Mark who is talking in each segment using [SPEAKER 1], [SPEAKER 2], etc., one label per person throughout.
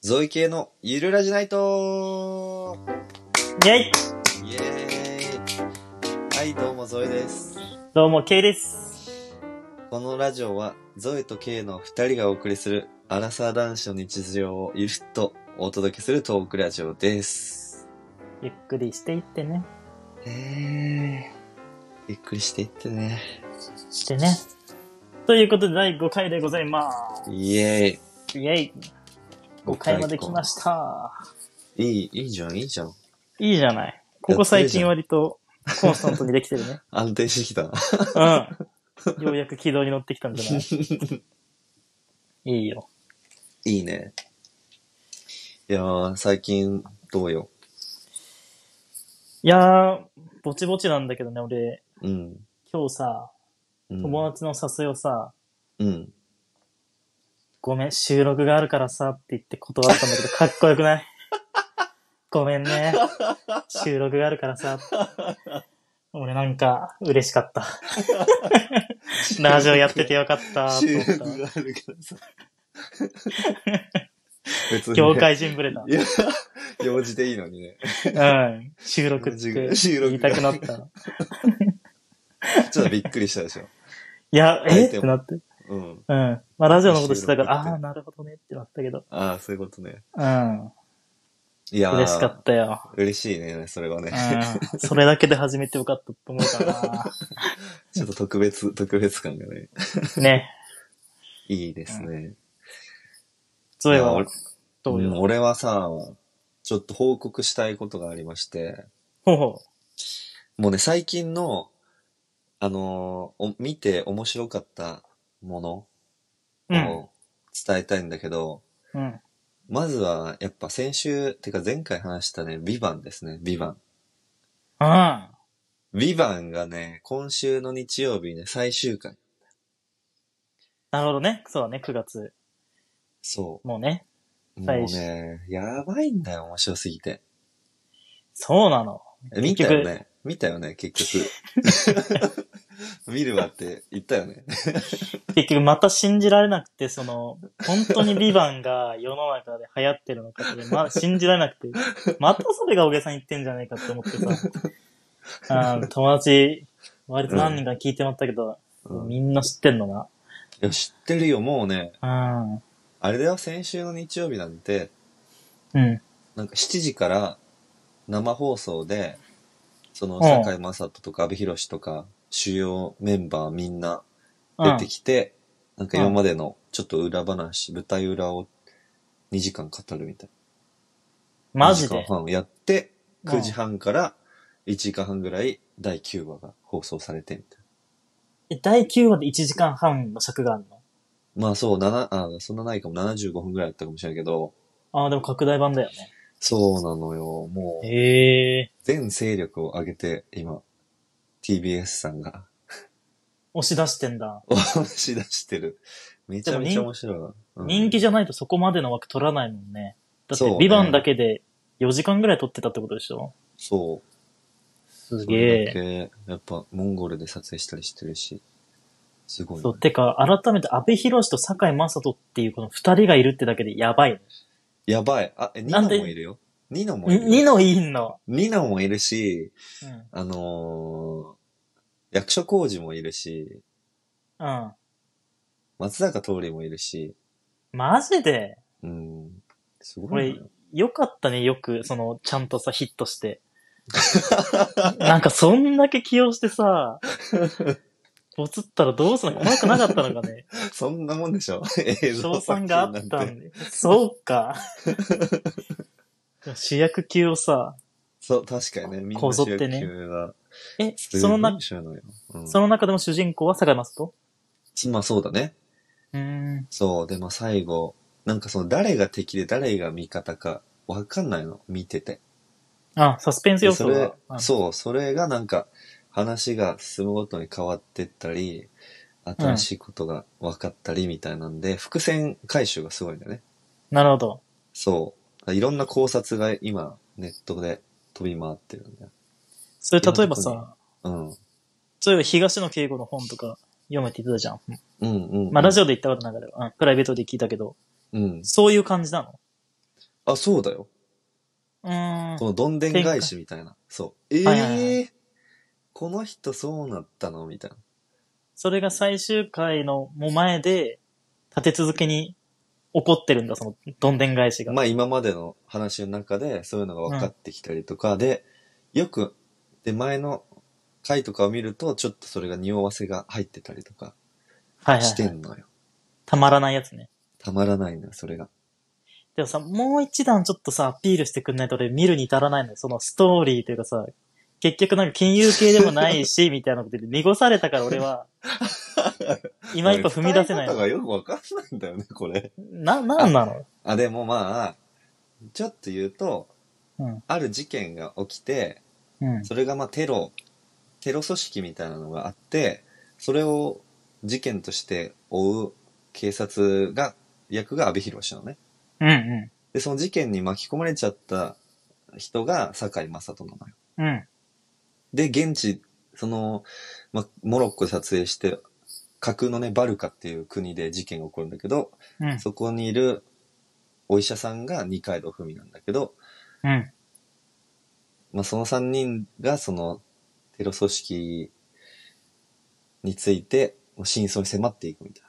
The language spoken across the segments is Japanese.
[SPEAKER 1] ゾイ系のゆるラジナイト
[SPEAKER 2] イェイ
[SPEAKER 1] イエーイはい、どうもゾイです。
[SPEAKER 2] どうも、K です。
[SPEAKER 1] このラジオは、ゾイと K の二人がお送りする、アラサー男子の日常をゆるっとお届けするトークラジオです。
[SPEAKER 2] ゆっくりしていってね。
[SPEAKER 1] えー、ゆっくりしていってね。
[SPEAKER 2] してね。ということで、第5回でございま
[SPEAKER 1] イエ
[SPEAKER 2] す。イェイ
[SPEAKER 1] ーイ。
[SPEAKER 2] !5 回まで来ました。
[SPEAKER 1] た。いい、いいじゃん、いいじゃん。
[SPEAKER 2] いいじゃない。ここ最近割とコンスタントにできてるね。
[SPEAKER 1] 安定してきたな。
[SPEAKER 2] うん。ようやく軌道に乗ってきたんじゃないいいよ。
[SPEAKER 1] いいね。いやー、最近、どうよ。
[SPEAKER 2] いやー、ぼちぼちなんだけどね、俺、
[SPEAKER 1] うん。
[SPEAKER 2] 今日さ、
[SPEAKER 1] うん
[SPEAKER 2] 友達の誘いをさ、
[SPEAKER 1] うん。
[SPEAKER 2] ごめん、収録があるからさって言って断ったんだけど、かっこよくない ごめんね。収録があるからさ。俺なんか嬉し かった。ラジオやっててよかったと
[SPEAKER 1] 収
[SPEAKER 2] 思
[SPEAKER 1] 録
[SPEAKER 2] っ
[SPEAKER 1] があるからさ。 別
[SPEAKER 2] た。
[SPEAKER 1] に、
[SPEAKER 2] 業。界人ぶれた。
[SPEAKER 1] いや、用事でいいのにね。
[SPEAKER 2] うん。収録って
[SPEAKER 1] 収録
[SPEAKER 2] 言いたくなった。い
[SPEAKER 1] ちょっとびっくりしたでしょ。
[SPEAKER 2] や、
[SPEAKER 1] 相
[SPEAKER 2] え
[SPEAKER 1] 手も
[SPEAKER 2] ってなって。うん。
[SPEAKER 1] うん。
[SPEAKER 2] まあラジオのことしてたから、
[SPEAKER 1] 収録って
[SPEAKER 2] ああー、なるほどねってなったけど。
[SPEAKER 1] ああ、そういうことね。
[SPEAKER 2] うん。
[SPEAKER 1] いやー
[SPEAKER 2] 嬉しかったよ。
[SPEAKER 1] 嬉しいね、それはね。
[SPEAKER 2] うん。それだけで始めてよかったと思うから
[SPEAKER 1] ちょっと特別、特別感がね。
[SPEAKER 2] な。ね。
[SPEAKER 1] いいですね。
[SPEAKER 2] ゾエ
[SPEAKER 1] いや
[SPEAKER 2] は
[SPEAKER 1] 俺、
[SPEAKER 2] どう
[SPEAKER 1] うん
[SPEAKER 2] よ。
[SPEAKER 1] 俺はさ、ちょっと報告したいことがありまして、
[SPEAKER 2] ほうほ
[SPEAKER 1] もうね、最近の、あのーお見て面白かったも
[SPEAKER 2] う。う
[SPEAKER 1] の
[SPEAKER 2] ん。
[SPEAKER 1] を伝えたいんだけど、
[SPEAKER 2] うん。
[SPEAKER 1] まずは、やっぱ先週、てか前回話したね、ビバンですね、ビバン。
[SPEAKER 2] あ
[SPEAKER 1] ビバンがね、今週の日曜日ね、最終回。
[SPEAKER 2] あ。なるほどね。そうだね。9月。
[SPEAKER 1] そ
[SPEAKER 2] もうね。
[SPEAKER 1] う。もう
[SPEAKER 2] 最終
[SPEAKER 1] ね、やばいんだよ、面白すぎて。
[SPEAKER 2] そうなの。
[SPEAKER 1] え見たよね、見たよね、結局。 見るわって言ったよね。
[SPEAKER 2] 結局また信じられなくて、その、本当にビバンが世の中で流行ってるのかって、まだ信じられなくて、またそれが大げさに言ってんじゃないかって思って さ、うん友達、割と何人か聞いてもらったけど、
[SPEAKER 1] うんい
[SPEAKER 2] みんな知ってんのな。
[SPEAKER 1] や知ってるよ、もうね、
[SPEAKER 2] うん。
[SPEAKER 1] あれだよ、先週の日曜日なんて、
[SPEAKER 2] うん。
[SPEAKER 1] なんか7時から生放送で、その、
[SPEAKER 2] うん
[SPEAKER 1] 坂井雅人とか阿部寛とか、主要メンバーみんな、
[SPEAKER 2] う
[SPEAKER 1] 出
[SPEAKER 2] ん
[SPEAKER 1] て。きて、なんか今までのちょっと裏話、舞台裏を2時間語るみたいな。
[SPEAKER 2] マジ
[SPEAKER 1] 2時
[SPEAKER 2] で。
[SPEAKER 1] 間半やって、
[SPEAKER 2] うん
[SPEAKER 1] 9時半から1時間半ぐらい第9話が放送されてみたい
[SPEAKER 2] え第9話で1時間半の尺があるの
[SPEAKER 1] な。まあそう、7、あ、そんなないかも75分ぐらいだったかもしれないけど、
[SPEAKER 2] ああ、でも拡大版だよね。
[SPEAKER 1] そうなのよ。もう、
[SPEAKER 2] へえ。
[SPEAKER 1] 全勢力を上げて、今、TBS さんが
[SPEAKER 2] 押し出してんだ。
[SPEAKER 1] 押し出してる。めちゃめちゃ面白いわ。うん
[SPEAKER 2] 人気じゃないとそこまでの枠取らないもんね。だっ
[SPEAKER 1] そう
[SPEAKER 2] て
[SPEAKER 1] ね、
[SPEAKER 2] ビバンだけで4時間ぐらい撮ってたってことでしょ
[SPEAKER 1] そう。
[SPEAKER 2] す
[SPEAKER 1] そ
[SPEAKER 2] げ
[SPEAKER 1] れ
[SPEAKER 2] え
[SPEAKER 1] だ。け、やっぱ、モンゴルで撮影したりしてるし、すごいね、
[SPEAKER 2] そう、てか、改めて、安倍博士と坂井正人っていうこの二人がいるってだけでやばいね。
[SPEAKER 1] やばい。あ、え、ニ
[SPEAKER 2] な
[SPEAKER 1] ノ
[SPEAKER 2] ん
[SPEAKER 1] も
[SPEAKER 2] で
[SPEAKER 1] いるよ。ニノもいるよ。
[SPEAKER 2] にのいいの。
[SPEAKER 1] ニノもいるし、
[SPEAKER 2] うん。うん。
[SPEAKER 1] あのー役所工事もいるし、松坂桃李もいるし、
[SPEAKER 2] マジで、
[SPEAKER 1] うん。すご
[SPEAKER 2] こ
[SPEAKER 1] い
[SPEAKER 2] れ
[SPEAKER 1] な。、
[SPEAKER 2] よかったね、よく、その、ちゃんとさ、ヒット して。なんか、そんだけ起用してさ、ボツったらどうすんの怖くなかったのかね。
[SPEAKER 1] そんなもんでしょ 映像
[SPEAKER 2] 賞賛があった
[SPEAKER 1] 作品なんて
[SPEAKER 2] んで。そ うか。主役級をさ、
[SPEAKER 1] そう、確かにね。みんな
[SPEAKER 2] こぞってね
[SPEAKER 1] 主役級が
[SPEAKER 2] え、
[SPEAKER 1] すごい
[SPEAKER 2] そのな、
[SPEAKER 1] 面白いのよ。うん
[SPEAKER 2] その中でも主人公は坂井正人
[SPEAKER 1] まあそうだね。
[SPEAKER 2] うーん。
[SPEAKER 1] そう。で、まあ最後、なんかその誰が敵で誰が味方か、わかんないの。見てて。
[SPEAKER 2] あ、サスペンス
[SPEAKER 1] で
[SPEAKER 2] 要
[SPEAKER 1] そ
[SPEAKER 2] 素
[SPEAKER 1] れ
[SPEAKER 2] が。あ
[SPEAKER 1] そう、それがなんか、話が進むごとに変わってったり、新しいことが分かったりみたいなんで、伏線回収がすごいんだよね。
[SPEAKER 2] なるほど。
[SPEAKER 1] そう。いろんな考察が今、ネットで飛び回ってるんだよ。
[SPEAKER 2] それ例えば
[SPEAKER 1] いろんな
[SPEAKER 2] さ、
[SPEAKER 1] うん。
[SPEAKER 2] 例えば東野敬吾の本とか読めていたじゃん。
[SPEAKER 1] うんうん、うん。
[SPEAKER 2] まあラジオで言ったことないから、うん、プライベートで聞いたけど、
[SPEAKER 1] うん。
[SPEAKER 2] そういう感じなの
[SPEAKER 1] あ、そうだよ。
[SPEAKER 2] うーん
[SPEAKER 1] こ。のどんでん返しみたいな。そう。ええー
[SPEAKER 2] はいはい
[SPEAKER 1] この人そうなったのみたいな。
[SPEAKER 2] それが最終回のもう前で、立て続けに起こってるんだ、その、どんでん返しが。
[SPEAKER 1] まあ今までの話の中でそういうのが分かってきたりとかで、よく、で前の回とかを見ると、ちょっとそれが匂わせが入ってたりとか
[SPEAKER 2] はいはい、
[SPEAKER 1] して
[SPEAKER 2] はい。
[SPEAKER 1] んのよ。
[SPEAKER 2] たまらないやつね。
[SPEAKER 1] たまらないのよ、それが。
[SPEAKER 2] でもさ、もう一段ちょっとさ、アピールしてくんないと俺見るに至らないのよ。そのストーリーというかさ、結局なんか金融系でもな いし、みたいなことで濁されたから俺は、今一歩踏み出せな
[SPEAKER 1] 俺伝え
[SPEAKER 2] い
[SPEAKER 1] 方
[SPEAKER 2] の。
[SPEAKER 1] がよく分かんないんだよね、これ。
[SPEAKER 2] な、なんなの
[SPEAKER 1] あ、でもまあ、ちょっと言うと、
[SPEAKER 2] うん。
[SPEAKER 1] ある事件が起きて、
[SPEAKER 2] うん。
[SPEAKER 1] それがまあテロ、テロ組織みたいなのがあって、それを事件として追う警察が、役が阿部寛なのね。
[SPEAKER 2] うんう
[SPEAKER 1] で、その事件に巻き込まれちゃった人が堺雅人なのよ。
[SPEAKER 2] ん。うん。
[SPEAKER 1] で、現地、その、まあ、モロッコで撮影して、架空のね、バルカっていう国で事件が起こるんだけど、
[SPEAKER 2] うん。
[SPEAKER 1] そこにいるお医者さんが二階堂ふみなんだけど、
[SPEAKER 2] うん。
[SPEAKER 1] まあ、その3人がそのテロ組織についてもう真相に迫っていくみたい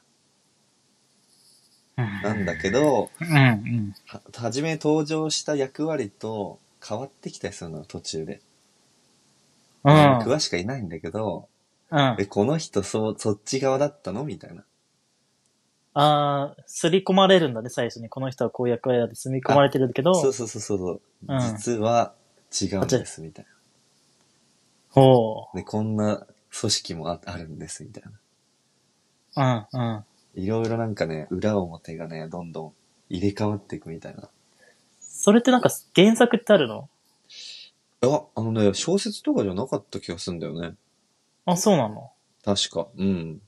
[SPEAKER 2] うん。
[SPEAKER 1] な。なんだけど、
[SPEAKER 2] うんうん。
[SPEAKER 1] は初め登場した役割と変わってきたりするのよ途中で。
[SPEAKER 2] うん。
[SPEAKER 1] 詳しくはいないんだけど、
[SPEAKER 2] うん。
[SPEAKER 1] え、この人そう、そっち側だったのみたいな。
[SPEAKER 2] ああ、すり込まれるんだね、最初に。この人はこういう役割だってすり込まれてるんだけど。
[SPEAKER 1] そうそうそうそう。
[SPEAKER 2] うん
[SPEAKER 1] 実は違うんです、みたい
[SPEAKER 2] ほ
[SPEAKER 1] な。で、こんな組織もああるんです、みたいな。
[SPEAKER 2] う。うん、うん。
[SPEAKER 1] いろいろなんかね、裏表がね、どんどん入れ替わっていくみたいな。
[SPEAKER 2] それってなんか原作ってあるの
[SPEAKER 1] あ、あのね、小説とかじゃなかった気がするんだよね。
[SPEAKER 2] あ、そうなの
[SPEAKER 1] 確か。うん。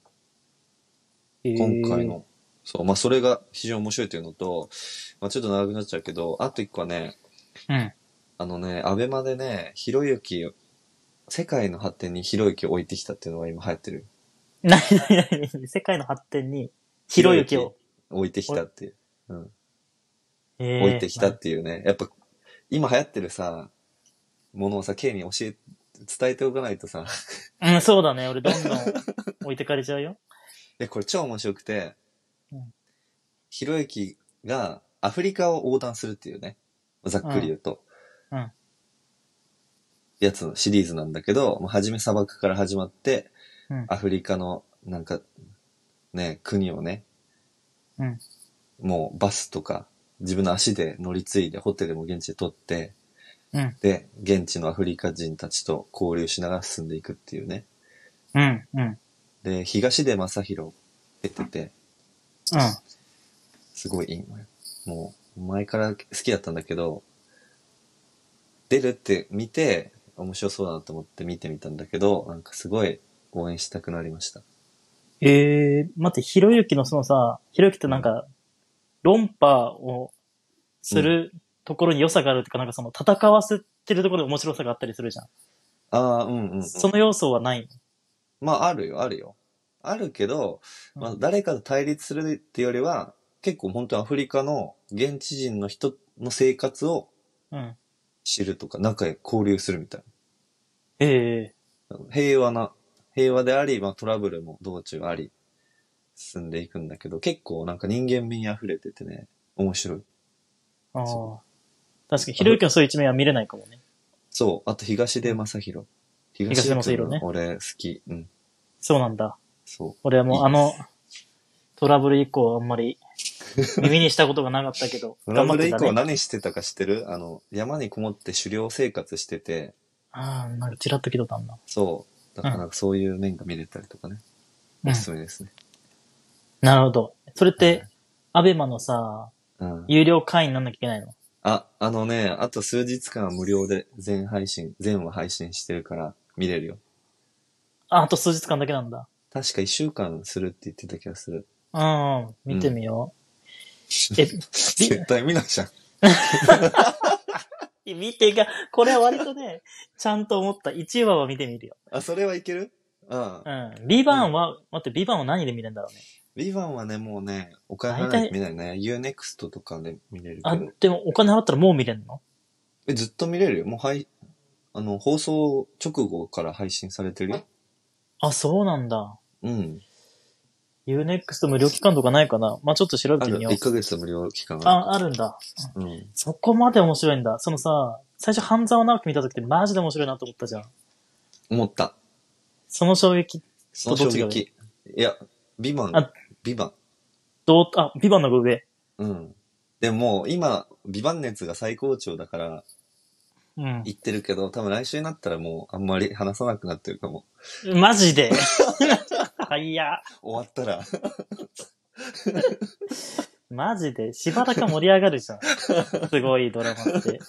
[SPEAKER 2] へー
[SPEAKER 1] 今回の。そう。まあ、それが非常に面白いというのと、まあ、ちょっと長くなっちゃうけど、あと一個はね、
[SPEAKER 2] うん。
[SPEAKER 1] あのね、アベマでね、ひろゆき、世界の発展にひろゆきを置いてきたっていうのが今流行ってる。
[SPEAKER 2] なになになに世界の発展に、ひろゆきを。
[SPEAKER 1] 置いてきたっていう。
[SPEAKER 2] へー
[SPEAKER 1] 置いてきたっていうね。やっぱ、今流行ってるさ、ものをさ、K に教え、伝えておかないとさ、
[SPEAKER 2] うん、そうだね。俺どんどん置いてかれちゃうよ。
[SPEAKER 1] え、これ超面白くて
[SPEAKER 2] うん、
[SPEAKER 1] ひろゆきがアフリカを横断するっていうね、ざっくり言うと、
[SPEAKER 2] うんうん
[SPEAKER 1] やつのシリーズなんだけど、まあ、初め砂漠から始まって、
[SPEAKER 2] うん。
[SPEAKER 1] アフリカのなんか、ね、国をね、
[SPEAKER 2] うん。
[SPEAKER 1] もうバスとか自分の足で乗り継いでホテルも現地で取って、
[SPEAKER 2] うん。
[SPEAKER 1] で、現地のアフリカ人たちと交流しながら進んでいくっていうね。
[SPEAKER 2] うん。うん。
[SPEAKER 1] で、東出正宏出てて、
[SPEAKER 2] うん。
[SPEAKER 1] すごいいいのよ。もう、前から好きだったんだけど、出るって見て、面白そうだなと思って見てみたんだけど、なんかすごい応援したくなりました。
[SPEAKER 2] ええ待って、ひろゆきのそのさ、ひろゆきってなんか、論破をするところに良さがあるっていうか、なんかその戦わせてるところで面白さがあったりするじゃん。
[SPEAKER 1] ああ、うんうん、うん。
[SPEAKER 2] その要素はない。
[SPEAKER 1] まあ、あるよ、あるよ。あるけど、まあ、
[SPEAKER 2] うん
[SPEAKER 1] 誰かと対立するってよりは、結構本当にアフリカの現地人の人の生活を
[SPEAKER 2] うん。
[SPEAKER 1] 知るとか、仲へ交流するみたい
[SPEAKER 2] ええ
[SPEAKER 1] な。平和な、平和であり、まあトラブルも道中あり、進んでいくんだけど、結構なんか人間味に溢れててね、面白い。
[SPEAKER 2] ああ
[SPEAKER 1] そ。
[SPEAKER 2] 確かに、ひろゆきのそういう一面は見れないかもね。
[SPEAKER 1] そう、あと東出正宏。
[SPEAKER 2] 東出正宏ね
[SPEAKER 1] 君俺好き。うん、
[SPEAKER 2] そうなんだ。
[SPEAKER 1] そう。
[SPEAKER 2] 俺は
[SPEAKER 1] い
[SPEAKER 2] も
[SPEAKER 1] うい
[SPEAKER 2] あの、トラブル以降あんま り耳にしたことがなかったけど、
[SPEAKER 1] トラ
[SPEAKER 2] 頑張
[SPEAKER 1] ブル
[SPEAKER 2] って
[SPEAKER 1] 以
[SPEAKER 2] た
[SPEAKER 1] 降
[SPEAKER 2] ね。
[SPEAKER 1] 何してたか知ってるあの、山にこもって狩猟生活してて、
[SPEAKER 2] ああ、なんかちらっと聞いたことあんな。
[SPEAKER 1] そう。だからなんかそういう面が見れたりとかね。
[SPEAKER 2] うん
[SPEAKER 1] おすすめですね。
[SPEAKER 2] なるほど。それっ
[SPEAKER 1] は
[SPEAKER 2] て
[SPEAKER 1] い、
[SPEAKER 2] アベマのさ、
[SPEAKER 1] うん。
[SPEAKER 2] 有料会員になんなきゃいけないの
[SPEAKER 1] あ、あのね、あと数日間は無料で全配信、全話配信してるから見れるよ。
[SPEAKER 2] あ、あと数日間だけなんだ。
[SPEAKER 1] 確か一週間するって言ってた気がする。
[SPEAKER 2] うん、見てみよう。 え、
[SPEAKER 1] 絶対見ないじゃん。
[SPEAKER 2] え 見てが、これは割とね、ちゃんと思った。1話は見てみるよ。
[SPEAKER 1] あ、それはいけるうん。
[SPEAKER 2] うん。ビバンは、待って、ビバンは何で見れるんだろうね。
[SPEAKER 1] ビバンはね、もうね、お金払わないと見ないね。UNEXT とかで見れる
[SPEAKER 2] あ
[SPEAKER 1] けど。、
[SPEAKER 2] でもお金払ったらもう見れるの
[SPEAKER 1] え、ずっと見れるよ。もうはい、あの、放送直後から配信されてるよ。
[SPEAKER 2] あ、そうなんだ。
[SPEAKER 1] うん。
[SPEAKER 2] UNEXT 無料期間とかないかなまあちょっと調べ
[SPEAKER 1] あ
[SPEAKER 2] て
[SPEAKER 1] る。
[SPEAKER 2] みよう
[SPEAKER 1] 1。ヶ月無料期間あ
[SPEAKER 2] あ、あるんだ。
[SPEAKER 1] る。うん。
[SPEAKER 2] そこまで面白いんだ。そのさ、最初半沢直樹見た時ってマジで面白いなと思ったじゃん。
[SPEAKER 1] 思った。
[SPEAKER 2] その衝撃、
[SPEAKER 1] その
[SPEAKER 2] ど
[SPEAKER 1] 衝
[SPEAKER 2] っちが上
[SPEAKER 1] 撃。いや、ビバン
[SPEAKER 2] あ、
[SPEAKER 1] ビバン。
[SPEAKER 2] どう、あ、ビバンの方が上。
[SPEAKER 1] うん。でも、今、ビバン熱が最高潮だから、
[SPEAKER 2] うん。
[SPEAKER 1] 言ってるけど、多分来週になったらもう、あんまり話さなくなってるかも。
[SPEAKER 2] マ ジで。はいや。
[SPEAKER 1] 終わったら。
[SPEAKER 2] マジで。しばらく盛り上がるじゃん。すごいドラマって。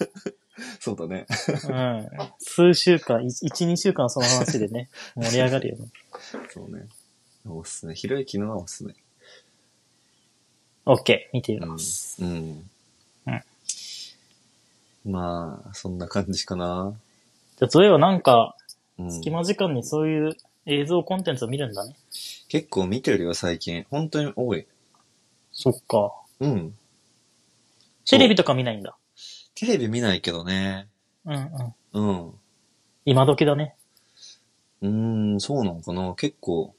[SPEAKER 1] そうだね。
[SPEAKER 2] うん。数週間、い一、二週間その話でね、盛り上がるよね。
[SPEAKER 1] そうね。おすすめ。ひろゆきのはおすすめ。
[SPEAKER 2] オッケー、見てみ
[SPEAKER 1] うん
[SPEAKER 2] ます。。
[SPEAKER 1] うん。
[SPEAKER 2] うん
[SPEAKER 1] まあ、そんな感じかな。
[SPEAKER 2] じゃあ、ゾエはなんか、
[SPEAKER 1] うん、
[SPEAKER 2] 隙間時間にそういう映像コンテンツを見るんだね。
[SPEAKER 1] 結構見てるよ、最近。本当に多い。
[SPEAKER 2] そっか。
[SPEAKER 1] うん。
[SPEAKER 2] テレビとか見ないんだ。
[SPEAKER 1] テレビ見ないけどね。
[SPEAKER 2] うんうん。
[SPEAKER 1] うん。
[SPEAKER 2] 今時だね。
[SPEAKER 1] うーん、そうなのかな。結構。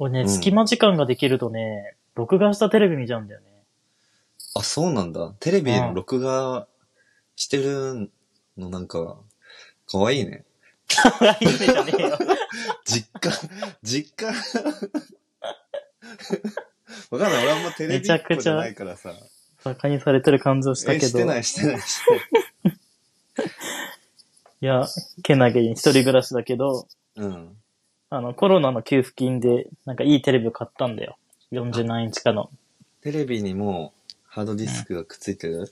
[SPEAKER 2] 俺ね、
[SPEAKER 1] うん
[SPEAKER 2] 隙間時間ができるとね、録画したテレビ見ちゃうんだよ ね。
[SPEAKER 1] あ、そうなんだ。テレビ
[SPEAKER 2] う
[SPEAKER 1] の
[SPEAKER 2] ん
[SPEAKER 1] 録画してるのなんか、かわいいね。
[SPEAKER 2] 笑いじゃねえよ。
[SPEAKER 1] 実家、 実家。 わかんない。俺あんまテレビっ子じゃないからさ。
[SPEAKER 2] バカにされてる感じをしたけ
[SPEAKER 1] え、
[SPEAKER 2] ど。。
[SPEAKER 1] してないい、してない、してない。
[SPEAKER 2] や、けなげに一人暮らしだけど、
[SPEAKER 1] うん。
[SPEAKER 2] あの、コロナの給付金で、なんかいいテレビを買ったんだよ。40何インチかの。
[SPEAKER 1] テレビにもハードディスクがくっついてる、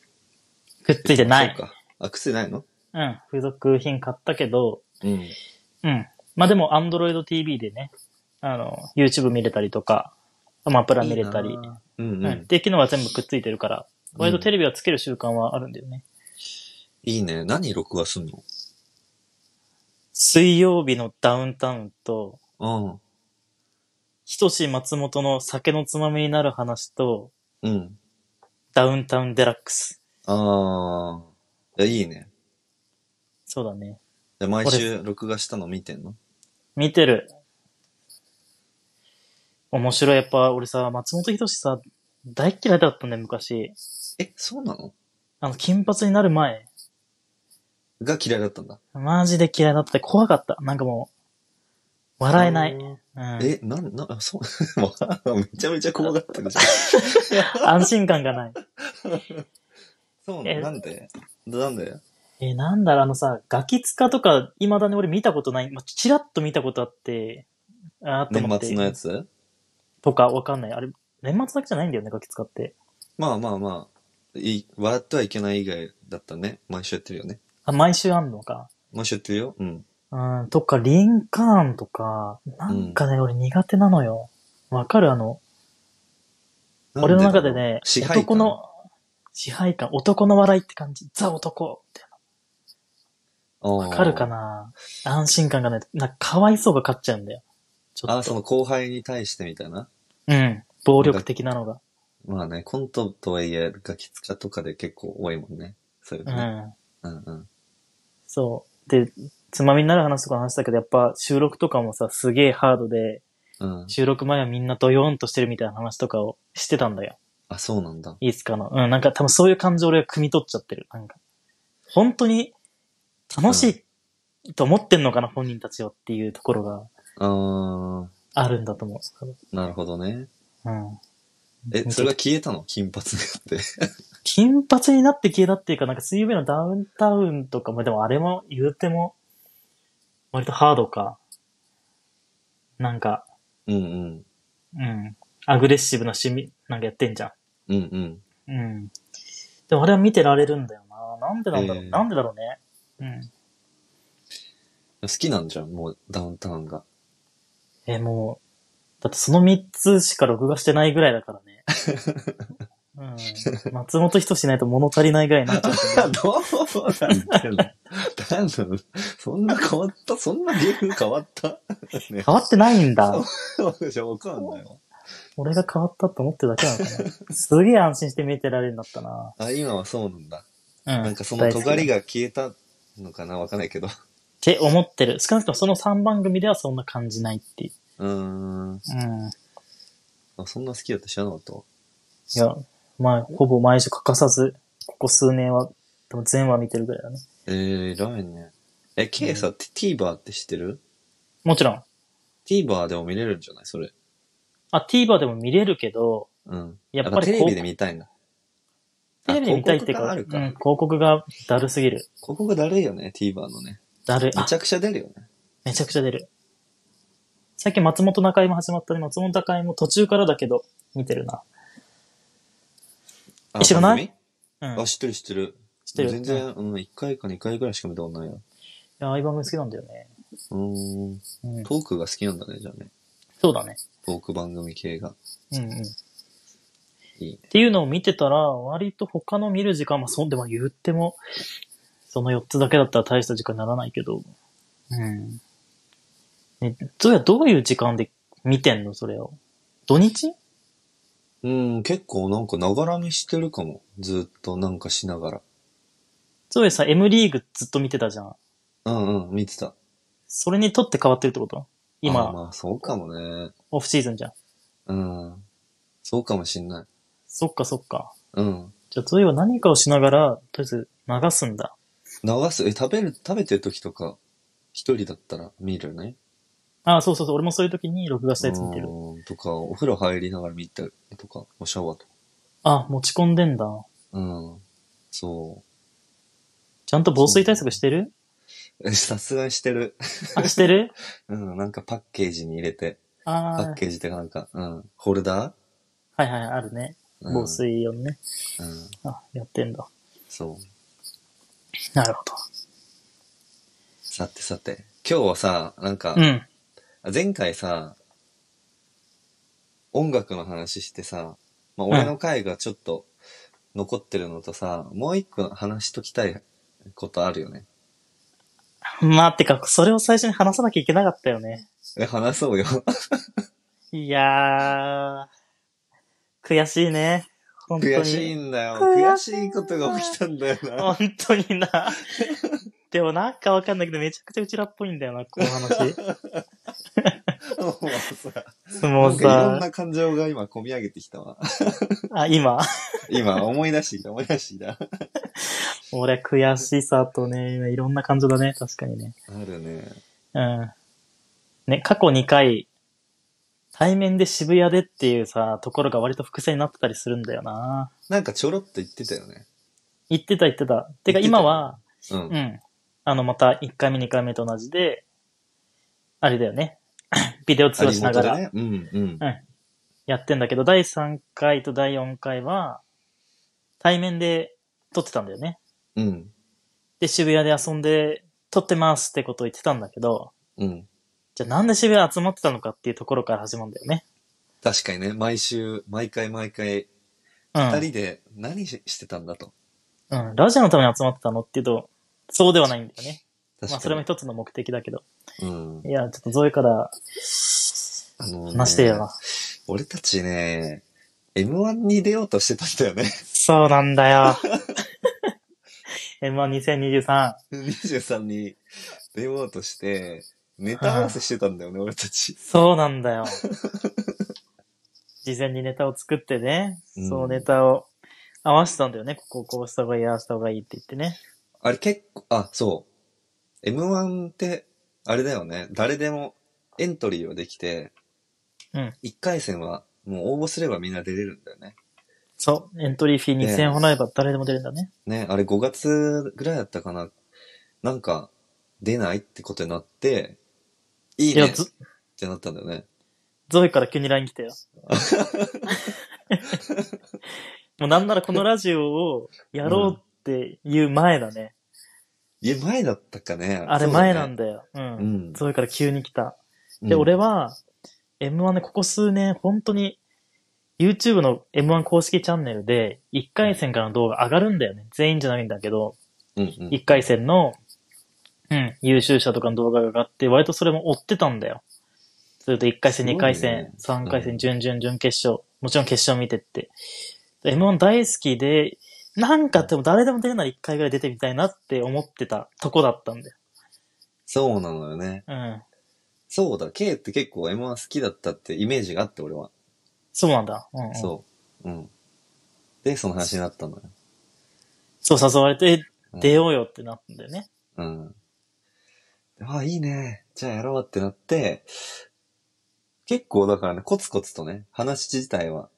[SPEAKER 2] くっついてない
[SPEAKER 1] そう。か。あ、くっついてないの
[SPEAKER 2] うん。付属品買ったけど、
[SPEAKER 1] うん。
[SPEAKER 2] うん。まあでも、Android TV でね、あの、YouTube 見れたりとか、アマプラ見れたり。
[SPEAKER 1] いいなぁうんうん。
[SPEAKER 2] うん。っていう機能は全部くっついてるから、割とテレビはつける習慣はあるんだよね。
[SPEAKER 1] いいね。何録画すんの
[SPEAKER 2] 水曜日のダウンタウンと、
[SPEAKER 1] うん。
[SPEAKER 2] ひとし松本の酒のつまみになる話と、
[SPEAKER 1] うん。
[SPEAKER 2] ダウンタウンデラックス。
[SPEAKER 1] あー。いや、いいね。
[SPEAKER 2] そうだね。
[SPEAKER 1] じゃあ毎週録画したの見てんの
[SPEAKER 2] 見てる。面白い。やっぱ俺さ、松本人志さ、大っ嫌いだったんだよ、昔。
[SPEAKER 1] え、そうなの
[SPEAKER 2] あの、金髪になる前。
[SPEAKER 1] が嫌いだったんだ。
[SPEAKER 2] マジで嫌いだった。怖かった。なんかもう、笑えない。うん、
[SPEAKER 1] え、なん、な、あそう、 わめちゃめちゃ怖がってるじゃん。
[SPEAKER 2] 安心感がない。
[SPEAKER 1] そうな
[SPEAKER 2] え
[SPEAKER 1] のなんでなんで
[SPEAKER 2] え、なんだろう、あのさ、ガキツカとか、未だに俺見たことない。まあ、チラッと見たことあって、あーって思っ
[SPEAKER 1] 年
[SPEAKER 2] て。
[SPEAKER 1] 末のやつ
[SPEAKER 2] とか、わかんない。あれ、年末だけじゃないんだよね、ガキ使って。
[SPEAKER 1] まあまあまあ、い笑ってはいけない以外だったね。毎週やってるよね。
[SPEAKER 2] あ、毎週あんのか。
[SPEAKER 1] 毎週やってるよ。うん。
[SPEAKER 2] うん、とか、リンカーンとか、なんかね、俺苦手なのよ。わかるあの、
[SPEAKER 1] なん
[SPEAKER 2] 俺の
[SPEAKER 1] だろ
[SPEAKER 2] 中
[SPEAKER 1] う
[SPEAKER 2] でね、
[SPEAKER 1] 支配
[SPEAKER 2] 男
[SPEAKER 1] 感
[SPEAKER 2] の、支配感、男の笑いって感じ。ザ男みたいな。わ
[SPEAKER 1] わ
[SPEAKER 2] かるかな安心感がない。なんか、かわいそうが勝っちゃうんだよ。ちょ
[SPEAKER 1] あ、
[SPEAKER 2] っ
[SPEAKER 1] そ
[SPEAKER 2] と。
[SPEAKER 1] の後輩に対してみたいな。
[SPEAKER 2] うん。暴力的なのが。
[SPEAKER 1] まあね、コントとはいえ、ガキツカとかで結構多いもんね。そういう
[SPEAKER 2] う
[SPEAKER 1] のね。
[SPEAKER 2] ん。
[SPEAKER 1] うんうん。
[SPEAKER 2] そう。で、つまみになる話とかの話だけど、やっぱ収録とかもさ、すげえハードで、
[SPEAKER 1] うん。
[SPEAKER 2] 収録前はみんなドヨーンとしてるみたいな話とかをしてたんだよ。
[SPEAKER 1] あ、そうなんだ。
[SPEAKER 2] いいつかの。うん、なんか多分そういう感情を俺は汲み取っちゃってる。なんか、本当に楽しいと思ってんのかな、本人たちをっていうところが
[SPEAKER 1] あー、
[SPEAKER 2] あるんだと思う。
[SPEAKER 1] なるほどね。
[SPEAKER 2] うん。
[SPEAKER 1] え、
[SPEAKER 2] 見て
[SPEAKER 1] それが消えたの金髪になって。
[SPEAKER 2] 金髪になって消えたっていうか、なんか水曜日のダウンタウンとかも、でもあれも言うても、割とハードか。なんか、
[SPEAKER 1] うんうん。
[SPEAKER 2] うん。アグレッシブな趣味、なんかやってんじゃん。
[SPEAKER 1] うんうん。
[SPEAKER 2] うん。でもあれは見てられるんだよな。なんでなんだろう、
[SPEAKER 1] えー
[SPEAKER 2] なんでだろうね。うん。
[SPEAKER 1] 好きなんじゃん、もうダウンタウンが。
[SPEAKER 2] えーもう、だってその3つしか録画してないぐらいだからね。うん。松本人志ないと物足りないぐらいになっちゃうけど。
[SPEAKER 1] どうなんだよな。なんだろうそんな変わったそんな芸風変わったね。
[SPEAKER 2] 変わってないんだ。
[SPEAKER 1] そうでしょわかんないよ。
[SPEAKER 2] 俺が変わったと思ってるだけなのかな。すげえ安心して見てられるんだったな。
[SPEAKER 1] あ、今はそうなんだ。
[SPEAKER 2] うん。
[SPEAKER 1] なんかその尖り
[SPEAKER 2] が。
[SPEAKER 1] が消えたのかなわかんないけど。
[SPEAKER 2] って思ってる。少なくともその3番組ではそんな感じないっていう。
[SPEAKER 1] うーん。
[SPEAKER 2] うん。い
[SPEAKER 1] あ、そんな好きだった知らなかったわ
[SPEAKER 2] や、まあ、ほぼ毎週欠かさず、ここ数年は、でも全話見てるぐらいだね。
[SPEAKER 1] えー、偉いね。え、K さ、って TVer って知ってる
[SPEAKER 2] もちろん。
[SPEAKER 1] ?TVer でも見れるんじゃないそれ。
[SPEAKER 2] あ、TVer でも見れるけど、
[SPEAKER 1] うん。
[SPEAKER 2] やっぱり
[SPEAKER 1] テレビで見たいんだ。
[SPEAKER 2] テレビで見たいっていうか、
[SPEAKER 1] あ広告があ
[SPEAKER 2] うん、
[SPEAKER 1] るか。
[SPEAKER 2] 広告がだるすぎる。
[SPEAKER 1] 広告だるいよね、TVer のね。
[SPEAKER 2] だるい。
[SPEAKER 1] め
[SPEAKER 2] あ
[SPEAKER 1] ち、ゃくちゃ出るよね。
[SPEAKER 2] めちゃくちゃ出る。最近松本中井も始まったね。松本中井も途中からだけど、見てるな。
[SPEAKER 1] あ
[SPEAKER 2] 知らない
[SPEAKER 1] 番
[SPEAKER 2] うん。
[SPEAKER 1] 組あ、知ってる知ってる。
[SPEAKER 2] 知ってる
[SPEAKER 1] 全然、うん、1回か2回ぐらいしか見たことないよ。
[SPEAKER 2] いや、ああいう番組好きなんだよね。
[SPEAKER 1] うーん。
[SPEAKER 2] うん。
[SPEAKER 1] トークが好きなんだね、じゃあね。
[SPEAKER 2] そうだね。
[SPEAKER 1] トーク番組系が。
[SPEAKER 2] うんうん。っ
[SPEAKER 1] いいね。
[SPEAKER 2] ていうのを見てたら、割と他の見る時間、まあ、そんでも言っても、その4つだけだったら大した時間にならないけど。うん。ね、それはどういう時間で見てんのそれを。土日
[SPEAKER 1] うん、結構なんか、ながら見してるかも。ずっとなんかしながら。
[SPEAKER 2] そうやさ、M リーグずっと見てたじゃん。
[SPEAKER 1] うんうん、見てた。
[SPEAKER 2] それにとって変わってるってこと
[SPEAKER 1] あ
[SPEAKER 2] 今、
[SPEAKER 1] まあ、そうかもね。
[SPEAKER 2] オフシーズンじゃん。
[SPEAKER 1] うん。そうかもしんない。
[SPEAKER 2] そっかそっか。
[SPEAKER 1] うん。
[SPEAKER 2] じゃあ、そういえば何かをしながら、とりあえず流すんだ。
[SPEAKER 1] 流す、え、食べる、食べてる時とか、一人だったら見るね。
[SPEAKER 2] ああ、そうそうそう。俺もそういう時に録画したやつ見てる。
[SPEAKER 1] うんとか、お風呂入りながら見たりとか、おシャワーとか。
[SPEAKER 2] あ、持ち込んでんだ。
[SPEAKER 1] うん。そ
[SPEAKER 2] ちゃんと防水対策して る
[SPEAKER 1] う。えさすがにしてる。
[SPEAKER 2] あ、し てる
[SPEAKER 1] うん、なんかパッケージに入れて、パ
[SPEAKER 2] あ
[SPEAKER 1] ッケージってかなんか、うん、ホルダー
[SPEAKER 2] あ、はいはい、あるね。
[SPEAKER 1] うん
[SPEAKER 2] 防水用のね。
[SPEAKER 1] うん、
[SPEAKER 2] あ、やってんだ。
[SPEAKER 1] そう。
[SPEAKER 2] なるほど。
[SPEAKER 1] さてさて、今日はさ、なんか
[SPEAKER 2] う、ん。
[SPEAKER 1] 前回さ、音楽の話してさ、まあ、俺の回がちょっと残ってるのとさ、もう一個話しときたいことあるよね。
[SPEAKER 2] まあ、てか、それを最初に話さなきゃいけなかったよね。
[SPEAKER 1] え、話そうよ。
[SPEAKER 2] いやー、悔しいね。本当に。
[SPEAKER 1] 悔しいんだよ。
[SPEAKER 2] 悔
[SPEAKER 1] 悔
[SPEAKER 2] し
[SPEAKER 1] し
[SPEAKER 2] い
[SPEAKER 1] いことが起きたんだよな。
[SPEAKER 2] 本当にな。 でもなんかわかんないけど、めちゃくちゃうちらっぽいんだよな、こ の話。
[SPEAKER 1] もうさ、
[SPEAKER 2] も
[SPEAKER 1] なん
[SPEAKER 2] う
[SPEAKER 1] かいろん
[SPEAKER 2] さ、
[SPEAKER 1] な感情が今込み上げてきたわ。
[SPEAKER 2] あ、今、
[SPEAKER 1] 今、思い出してきた、思い出してきた。
[SPEAKER 2] 俺悔しさとね、いろんな感情だね、確かにね。
[SPEAKER 1] あるね。
[SPEAKER 2] うん。ね、過去2回、対面で渋谷でっていうさ、ところが割と伏線になってたりするんだよな。
[SPEAKER 1] なんかちょろっと言ってたよね。
[SPEAKER 2] 言ってた言ってた。て
[SPEAKER 1] 言ってた
[SPEAKER 2] か今は、
[SPEAKER 1] う。
[SPEAKER 2] うんん。あの、また1回目2回目と同じで、あれだよね。 ビデオ通
[SPEAKER 1] あ
[SPEAKER 2] 話しながら。
[SPEAKER 1] リモートでね。うん、うん。
[SPEAKER 2] やってんだけど、第3回と第4回は、対面で撮ってたんだよね。
[SPEAKER 1] うん。
[SPEAKER 2] で、渋谷で遊んで撮ってますってことを言ってたんだけど、
[SPEAKER 1] うん。
[SPEAKER 2] じゃあなんで渋谷集まってたのかっていうところから始まるんだよね。
[SPEAKER 1] 確かにね、毎週、毎回毎回、
[SPEAKER 2] うん。
[SPEAKER 1] 二人で何ししてたんだと。
[SPEAKER 2] うん。ラジオのために集まってたのっていうと、そうではないんだよね。まあ
[SPEAKER 1] 確
[SPEAKER 2] それも
[SPEAKER 1] か
[SPEAKER 2] 一つの目的だけど。
[SPEAKER 1] に。うん。
[SPEAKER 2] いや、ちょっとゾエから
[SPEAKER 1] あのね
[SPEAKER 2] 話してよな。
[SPEAKER 1] 俺たちね、M1 に出ようとしてたんだよね。
[SPEAKER 2] そうなんだよ。M12023。
[SPEAKER 1] 23に出ようとして、ネタ合わせしてたんだよね、俺たち。
[SPEAKER 2] そうなんだよ。事前にネタを作ってね、
[SPEAKER 1] うん
[SPEAKER 2] そうネタを合わせたんだよね。ここをこうした方がいい、ああした方がいいって言ってね。
[SPEAKER 1] あれ結構、あ、そう。M1 って、あれだよね。誰でもエントリーはできて、
[SPEAKER 2] うん
[SPEAKER 1] 1回戦はもう応募すればみんな出れるんだよね。
[SPEAKER 2] そう、エントリーフィー2000円払えば誰でも出るんだね。
[SPEAKER 1] ね、あれ5月ぐらいだったかな。なんか、出ないってことになって、いい
[SPEAKER 2] いや、
[SPEAKER 1] ねっ
[SPEAKER 2] ゾ
[SPEAKER 1] てなったんだよね。
[SPEAKER 2] ゾイから急に LINE 来た よ。もうなんならこのラジオをやろうっていう前だね。
[SPEAKER 1] いや、前だったかね。
[SPEAKER 2] あれ前なん
[SPEAKER 1] だ。
[SPEAKER 2] だよ。う。
[SPEAKER 1] うんん。
[SPEAKER 2] ゾイから急に来た。
[SPEAKER 1] うん
[SPEAKER 2] で、俺は、M1 ね、ここ数年、本当に、 YouTube の M1 公式チャンネルで、1回戦からの動画上がるんだよね。全員じゃないんだけど、
[SPEAKER 1] うんうん。
[SPEAKER 2] 1回戦の、うん、優秀者とかの動画が上がって、割とそれも追ってたんだよ。それと1回戦、
[SPEAKER 1] すごい
[SPEAKER 2] 2
[SPEAKER 1] ね
[SPEAKER 2] 回戦、3回
[SPEAKER 1] う
[SPEAKER 2] 戦、
[SPEAKER 1] ん
[SPEAKER 2] 準々、準決勝、もちろん決勝見てって。で M1 大好きで、なんかでも誰でも出るなら1回ぐらい出てみたいなって思ってたとこだったんだよ。
[SPEAKER 1] そうなのよね。
[SPEAKER 2] うん。
[SPEAKER 1] そうだ、K って結構 M1 好きだったってイメージがあって、俺は。
[SPEAKER 2] そうなんだ。うん、うん。
[SPEAKER 1] そう。うん。で、その話になったのよ。
[SPEAKER 2] そう誘われて、
[SPEAKER 1] うん
[SPEAKER 2] 出ようよってなったんだよね。
[SPEAKER 1] うん。あ、いいね。じゃあやろうってなって、結構だからね、コツコツとね、話自体は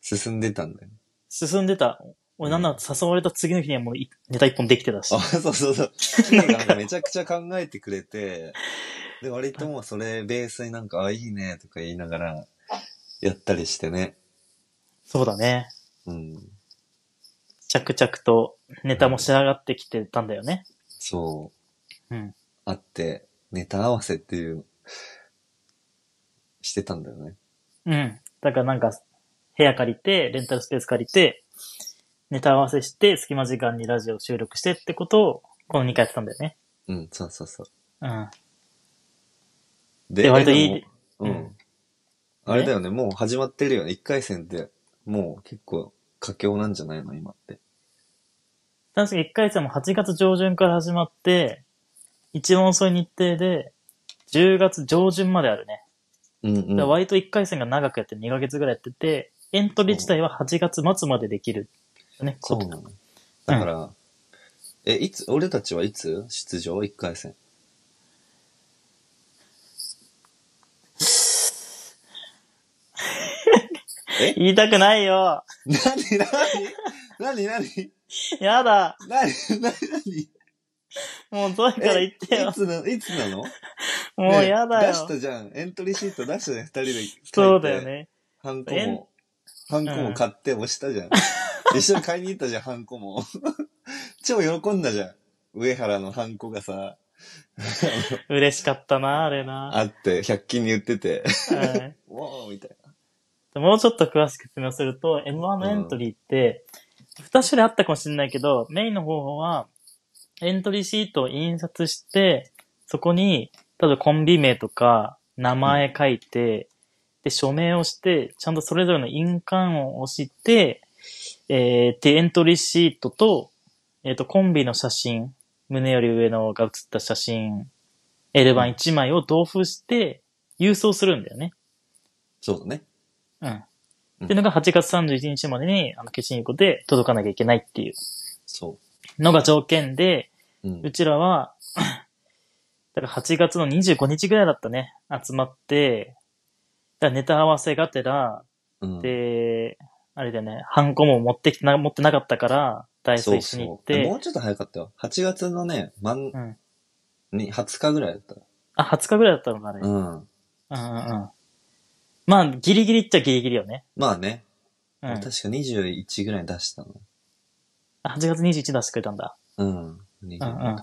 [SPEAKER 1] 進んでたんだよね。
[SPEAKER 2] 進んでた。俺なんなら誘われた次の日にはもういネタ一本できてた し
[SPEAKER 1] あ、。そうそうそう。
[SPEAKER 2] なんか
[SPEAKER 1] なんかめちゃくちゃ考えてくれて、で、割ともうそれベースになんか、あ、いいねとか言いながらやったりしてね。
[SPEAKER 2] そうだね。
[SPEAKER 1] うん。
[SPEAKER 2] 着々とネタも仕上がってきてたんだよね。
[SPEAKER 1] そう。
[SPEAKER 2] うん。
[SPEAKER 1] あって、ネタ合わせっていう、してたんだよね。
[SPEAKER 2] うん。だからなんか、部屋借りて、レンタルスペース借りて、ネタ合わせして、隙間時間にラジオ収録してってことを、この2回やってたんだよね。
[SPEAKER 1] うん、そうそうそう。
[SPEAKER 2] うん。
[SPEAKER 1] で
[SPEAKER 2] で割といい
[SPEAKER 1] でもう
[SPEAKER 2] うん
[SPEAKER 1] ん。あれだよね、もう始まってるよね。1回戦でもう結構佳境なんじゃないの今って。
[SPEAKER 2] 確か1回戦も8月上旬から始まって、一番遅い日程で、10月上旬まであるね。
[SPEAKER 1] うんう
[SPEAKER 2] だ
[SPEAKER 1] ん。
[SPEAKER 2] から割と1回戦が長くやって2ヶ月ぐらいやってて、エントリー自体は8月末までできる。ね、
[SPEAKER 1] そう
[SPEAKER 2] こと
[SPEAKER 1] なの。だから、え、いつ、俺たちはいつ出場 ?1 回 戦。え
[SPEAKER 2] 言いたくないよ
[SPEAKER 1] なになになになに
[SPEAKER 2] やだ
[SPEAKER 1] なになに
[SPEAKER 2] もう遠いから言って
[SPEAKER 1] えい
[SPEAKER 2] よ
[SPEAKER 1] つな、いつなの
[SPEAKER 2] もう
[SPEAKER 1] ねえ
[SPEAKER 2] やだ
[SPEAKER 1] 出
[SPEAKER 2] よ
[SPEAKER 1] したじゃん。エントリーシート出したじゃん、二人で書いて。
[SPEAKER 2] そうだよ。ね。
[SPEAKER 1] ハンコ
[SPEAKER 2] えん
[SPEAKER 1] も、ハンコも買って押したじ ゃん。一緒に買いに行ったじゃん、ハンコも。超喜んだじゃん。上原のハンコがさ、
[SPEAKER 2] 嬉しかったな、あれな。
[SPEAKER 1] あって、100均に売って て、
[SPEAKER 2] はい
[SPEAKER 1] おーみたい
[SPEAKER 2] もうちょっと詳しく説明すると、M1 のエントリーって、2種類あったかもしれないけど、メインの方法は、エントリーシートを印刷して、そこに、例えばコンビ名とか、名前書いて、で、署名をして、ちゃんとそれぞれの印鑑を押して、えー、ってエントリーシートと、えっ、と、コンビの写真、胸より上のが写った写真、L 版1枚を同封して、郵送するんだよね。
[SPEAKER 1] そうだね。
[SPEAKER 2] うん。
[SPEAKER 1] うん
[SPEAKER 2] っていうのが8月31日までに、あの、消しに行で届かなきゃいけないっていう
[SPEAKER 1] そ
[SPEAKER 2] のが条件で、
[SPEAKER 1] う。うん
[SPEAKER 2] う。ちらは、 だから8月の25日ぐらいだったね、集まって、だからネタ合わせがてら、
[SPEAKER 1] うん、
[SPEAKER 2] で、あれだよね、ハンコも持ってきてな、持ってなかったから、ダイス
[SPEAKER 1] そ
[SPEAKER 2] と
[SPEAKER 1] う
[SPEAKER 2] 一緒に行っ
[SPEAKER 1] そう。
[SPEAKER 2] て、
[SPEAKER 1] もうちょっと早かったよ。8月のね、まん、
[SPEAKER 2] うん。
[SPEAKER 1] に、20日ぐらいだった。
[SPEAKER 2] あ、20日ぐらいだったのかね。
[SPEAKER 1] うん。
[SPEAKER 2] うんうんうん。まあ、ギリギリっちゃギリギリよね。
[SPEAKER 1] まあね、
[SPEAKER 2] うん。
[SPEAKER 1] 確か21ぐらいに出したの。
[SPEAKER 2] あ8月21日出してくれたんだ。
[SPEAKER 1] うん。20だね。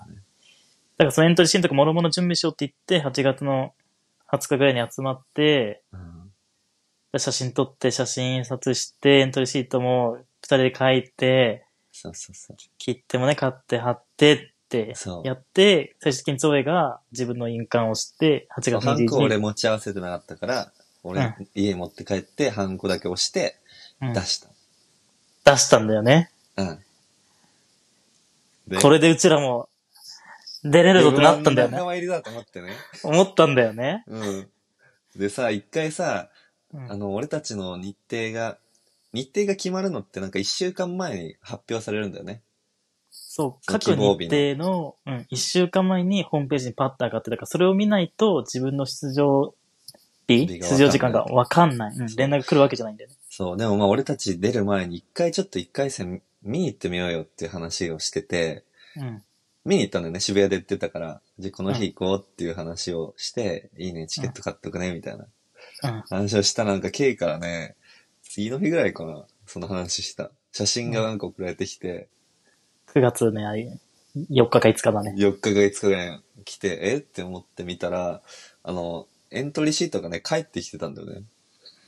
[SPEAKER 2] だからそのエントリーシーンとかもろもろ準備しようって言って、8月の20日ぐらいに集まって、
[SPEAKER 1] うん。
[SPEAKER 2] 写真撮って、写真印刷して、エントリーシートも二人で書いて、
[SPEAKER 1] そうそうそう。
[SPEAKER 2] 切ってもね、買って貼ってって
[SPEAKER 1] そう
[SPEAKER 2] やって、最終的にゾエが自分の印鑑をして、8月
[SPEAKER 1] そうハンコ
[SPEAKER 2] 21
[SPEAKER 1] 俺
[SPEAKER 2] 日。
[SPEAKER 1] 持ち合わせてなかったから、俺、
[SPEAKER 2] うん
[SPEAKER 1] 家持って帰って、ハンコだけ押して、
[SPEAKER 2] うん
[SPEAKER 1] 出した。
[SPEAKER 2] 出したんだよね。
[SPEAKER 1] うん。で
[SPEAKER 2] これでうちらも出れるぞってなったんだよ
[SPEAKER 1] 仲
[SPEAKER 2] ね。
[SPEAKER 1] 間入りだと思ってね。
[SPEAKER 2] 思ったんだよね。
[SPEAKER 1] うん。でさ、一回さ、
[SPEAKER 2] うん
[SPEAKER 1] あの、俺たちの日程が、日程が決まるのってなんか一週間前に発表されるんだよね。そ
[SPEAKER 2] そう、
[SPEAKER 1] う
[SPEAKER 2] 各日
[SPEAKER 1] 希望
[SPEAKER 2] 程
[SPEAKER 1] 日の
[SPEAKER 2] の、うん、1週間前にホームページにパッと上がってたから、それを見ないと自分の出場日、
[SPEAKER 1] 日が
[SPEAKER 2] 出場時間がわかんない。うん、
[SPEAKER 1] そう
[SPEAKER 2] 連絡来るわけじゃないんだよね。
[SPEAKER 1] そう、でもまあ俺たち出る前に一回ちょっと一回戦見に行ってみようよっていう話をしてて、
[SPEAKER 2] うん。
[SPEAKER 1] 見に行ったんだよね、渋谷で言ってたから、じゃあこの日行こうっていう話をして、いいね、チケット買っとくね、みたいな
[SPEAKER 2] うん。
[SPEAKER 1] 話をしたなんか K からね、次の日ぐらいかな、その話した。写真がなんか送られてきて、
[SPEAKER 2] 9月ね、あれ、4日か5日だね。
[SPEAKER 1] 4日か5日ぐらいに来て、えって思ってみたら、あの、エントリーシートがね、帰ってきてたんだよ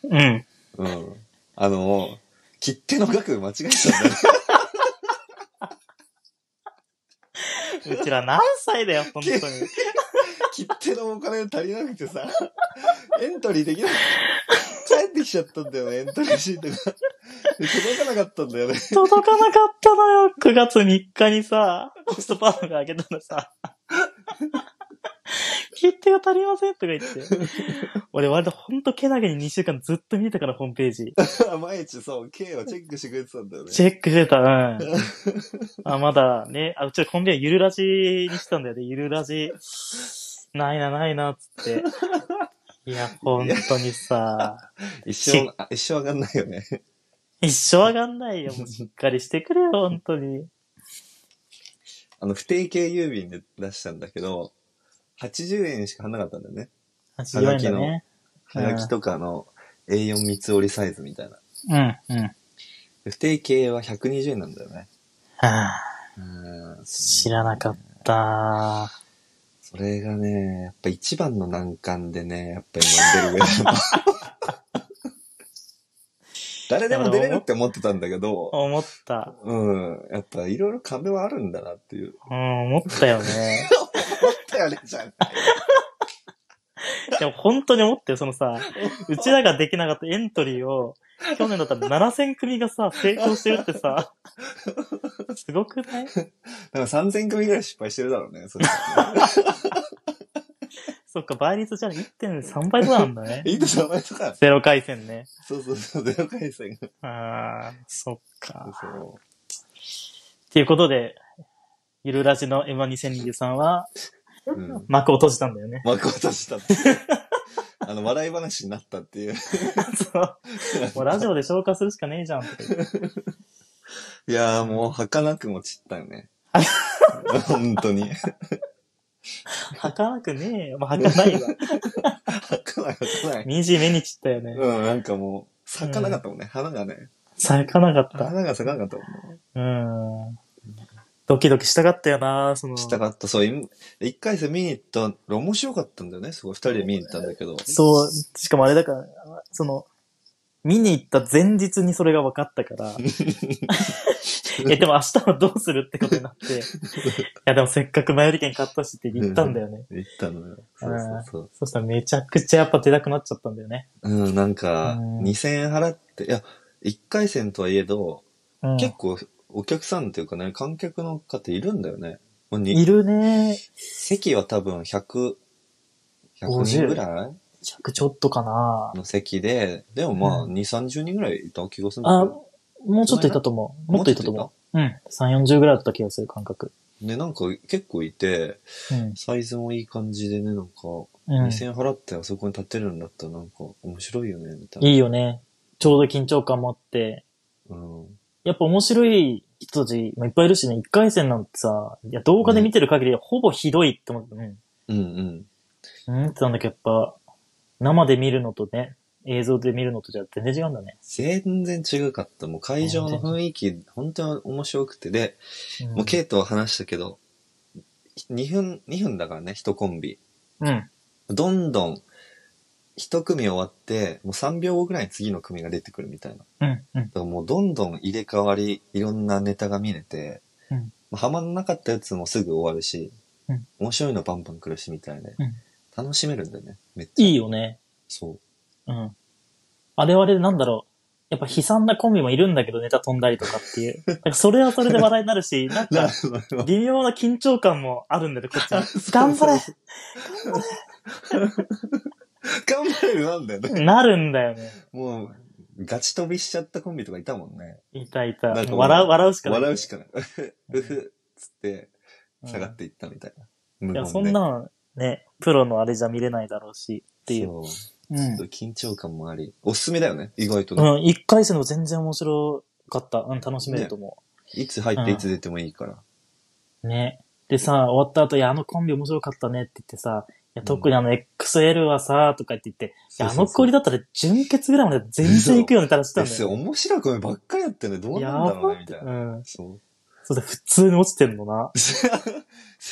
[SPEAKER 1] ね。
[SPEAKER 2] うん。
[SPEAKER 1] うん。あの、切手の額間違えちゃうんだよね。
[SPEAKER 2] うちら何歳だよ、本当に。
[SPEAKER 1] 切手のお金足りなくてさ、 エントリーできなくて、帰ってきちゃったんだよね、エントリーシートが。で届かなかったんだよね。
[SPEAKER 2] 届かなかったのよ。9月3日にさ、ホストパームが開けたらさ、 切手が足りませんとか言って。俺割とほんとけなげに2週間ずっと見てたから、ホームページ。
[SPEAKER 1] 毎日そう、K をチェックしてくれてたんだよね。
[SPEAKER 2] チェックしてた、うん。あ、まだね、あ、うちはコンビニはゆるラジにしてたんだよね。ゆるラジ、ないな、ないな、つって。いや、ほんとにさ、
[SPEAKER 1] 一生、あ一生上がんないよね。
[SPEAKER 2] 一生上がんないよ。もうしっかりしてくれよ、ほんとに。
[SPEAKER 1] あの、不定形郵便で出したんだけど、80円しか貼んなかったんだよね。
[SPEAKER 2] 84円だね。
[SPEAKER 1] はがきとかの A4 三つ折りサイズみたいな。
[SPEAKER 2] うん、うん。
[SPEAKER 1] で不定形は120円なんだよね。
[SPEAKER 2] はあ
[SPEAKER 1] うん
[SPEAKER 2] 知らなかった。
[SPEAKER 1] それがね、やっぱ一番の難関でね、やっぱ今出る上 だな誰でも出れるって思ってたんだけど、
[SPEAKER 2] 思った。
[SPEAKER 1] うん、やっぱいろいろ壁はあるんだなっていう。
[SPEAKER 2] うん、思ったよね。
[SPEAKER 1] 思ったよね、じゃん。
[SPEAKER 2] でも本当に思ったよ、そのさ、うちらができなかったエントリーを、去年だったら7000組がさ、成功してるってさ、すごくない
[SPEAKER 1] なんか3000組ぐらい失敗してるだろうね、それ、ね。
[SPEAKER 2] そっか、倍率じゃあ1.3倍とかなんだね。
[SPEAKER 1] いいと名前とか。
[SPEAKER 2] ゼロ回戦ね。
[SPEAKER 1] そうそうそう、ゼロ回線が。
[SPEAKER 2] あー、そっか。
[SPEAKER 1] そ
[SPEAKER 2] っていうことで、ゆるラジの M2023 は
[SPEAKER 1] う。うん。
[SPEAKER 2] 幕を閉じたんだよね。
[SPEAKER 1] 幕を閉じたって いう。あの、笑い話になったっていう。
[SPEAKER 2] そう。もうラジオで消化するしかねえじゃんって。
[SPEAKER 1] いやーもう儚くも散ったよ ね。本当に。
[SPEAKER 2] 吐かなくねえよ。まあ、吐 かないわ。
[SPEAKER 1] 儚 い儚い。
[SPEAKER 2] みじめに散ったよね。
[SPEAKER 1] うん、なんかもう、咲かなかったもんね。花がね。
[SPEAKER 2] 咲かなかっ
[SPEAKER 1] 花が咲かなかったもんね。
[SPEAKER 2] た。うん。ドキドキしたかったよな、その。
[SPEAKER 1] したかった。そう、今一回戦見に行ったら面白かったんだよね。すごい。二人で見に行ったんだけど。
[SPEAKER 2] そう、しかもあれだから、その、見に行った前日にそれが分かった から、え、でも明日はどうするってことになって、いや、でもせっかく前売り券買ったしって言ったんだよね。
[SPEAKER 1] 行ったのよ。そうそう
[SPEAKER 2] そしたらめちゃくちゃやっぱ出たくなっちゃったんだよね。
[SPEAKER 1] そう。うん、なんか、
[SPEAKER 2] うん
[SPEAKER 1] 2000円払って、いや、一回戦とはいえど、
[SPEAKER 2] うん。
[SPEAKER 1] 結構お客さんっていうかね、観客の方いるんだよね。もうに
[SPEAKER 2] いるね。
[SPEAKER 1] 席は多分100、100
[SPEAKER 2] 50
[SPEAKER 1] 人ぐらい
[SPEAKER 2] 100ちょっとかな。
[SPEAKER 1] の席で、でもまあ、
[SPEAKER 2] う
[SPEAKER 1] 2、30人ぐらいいた気がするんだ
[SPEAKER 2] あ、
[SPEAKER 1] け
[SPEAKER 2] もうちょっといたと思う。
[SPEAKER 1] ど。
[SPEAKER 2] もっといたと思う。うん。3、40ぐらいだった気がする感覚。
[SPEAKER 1] う。で、なんか結構いて、
[SPEAKER 2] うん。
[SPEAKER 1] サイズもいい感じでね、なんか、
[SPEAKER 2] うん、
[SPEAKER 1] 2000円払ってあそこに立てるんだったらなんか面白いよね、みたいな。
[SPEAKER 2] いいよね。ちょうど緊張感もあって。
[SPEAKER 1] うん。
[SPEAKER 2] やっぱ面白い人たちもいっぱいいるしね、一回戦なんてさ、いや、動画で見てる限りほぼひどいって思って、うん。
[SPEAKER 1] うんうん。
[SPEAKER 2] うんってなんだけど、やっぱ、生で見るのとね、映像で見るのとじゃ全然違うんだね。
[SPEAKER 1] 全然違かった。もう会場の雰囲気、本当に面白くて。で、
[SPEAKER 2] うん、
[SPEAKER 1] もうケイトは話したけど、2分、2分だからね、1コンビ。
[SPEAKER 2] うん。
[SPEAKER 1] どんどん、一組終わって、もう3秒後ぐらいに次の組が出てくるみたいな。だ
[SPEAKER 2] うん。うん。
[SPEAKER 1] からもうどんどん入れ替わり、いろんなネタが見れて、
[SPEAKER 2] うん
[SPEAKER 1] まあハマんなかったやつもすぐ終わるし、
[SPEAKER 2] うん
[SPEAKER 1] 面白いのバンバン来るしみたいで、
[SPEAKER 2] うん
[SPEAKER 1] 楽しめるんだよね、めっちゃ。
[SPEAKER 2] いいよね。
[SPEAKER 1] そう。
[SPEAKER 2] うん。あれはあれでなんだろう。やっぱ悲惨なコンビもいるんだけど、ネタ飛んだりとかっ ていう。なんかそれはそれで話題になるし、なんか、微妙な緊張感もあるんだよね、こっちは頑張れ
[SPEAKER 1] 頑張れるなんだよね。
[SPEAKER 2] なるんだよね。
[SPEAKER 1] もう、ガチ飛びしちゃったコンビとかいたもんね。
[SPEAKER 2] いたいた。
[SPEAKER 1] なんかもう
[SPEAKER 2] 笑う、笑うしかない。
[SPEAKER 1] 笑うしかない。うふ、 うふ、つって、
[SPEAKER 2] うん
[SPEAKER 1] 下がっていったみたいな。無
[SPEAKER 2] いや、
[SPEAKER 1] 言
[SPEAKER 2] そ
[SPEAKER 1] で
[SPEAKER 2] んなのね、プロのあれじゃ見れないだろうし、っていう。
[SPEAKER 1] そう
[SPEAKER 2] う
[SPEAKER 1] ちょっと緊張感もあり。おすすめだよね、意外とね。
[SPEAKER 2] ん。うん、一回戦でも全然面白かった。うん、楽しめると思
[SPEAKER 1] いつ入っていつ出てもいいから。
[SPEAKER 2] う。ね。でさ、終わった後、いや、あのコンビ面白かったねって言ってさ、いや、特にあの XL はさ、とか言って言って、い
[SPEAKER 1] そう
[SPEAKER 2] や、あ
[SPEAKER 1] そう
[SPEAKER 2] の
[SPEAKER 1] そう
[SPEAKER 2] 氷だったら純潔ぐらいまで全然いくようにたらしてたん
[SPEAKER 1] で
[SPEAKER 2] だ
[SPEAKER 1] すよ、
[SPEAKER 2] よ。
[SPEAKER 1] 面白い声ばっかりやってね、どう
[SPEAKER 2] や
[SPEAKER 1] なんだろう
[SPEAKER 2] ば
[SPEAKER 1] ね、み
[SPEAKER 2] って。
[SPEAKER 1] たいうな。
[SPEAKER 2] ん。
[SPEAKER 1] そう。
[SPEAKER 2] そうだ、普通に落ちてんのな。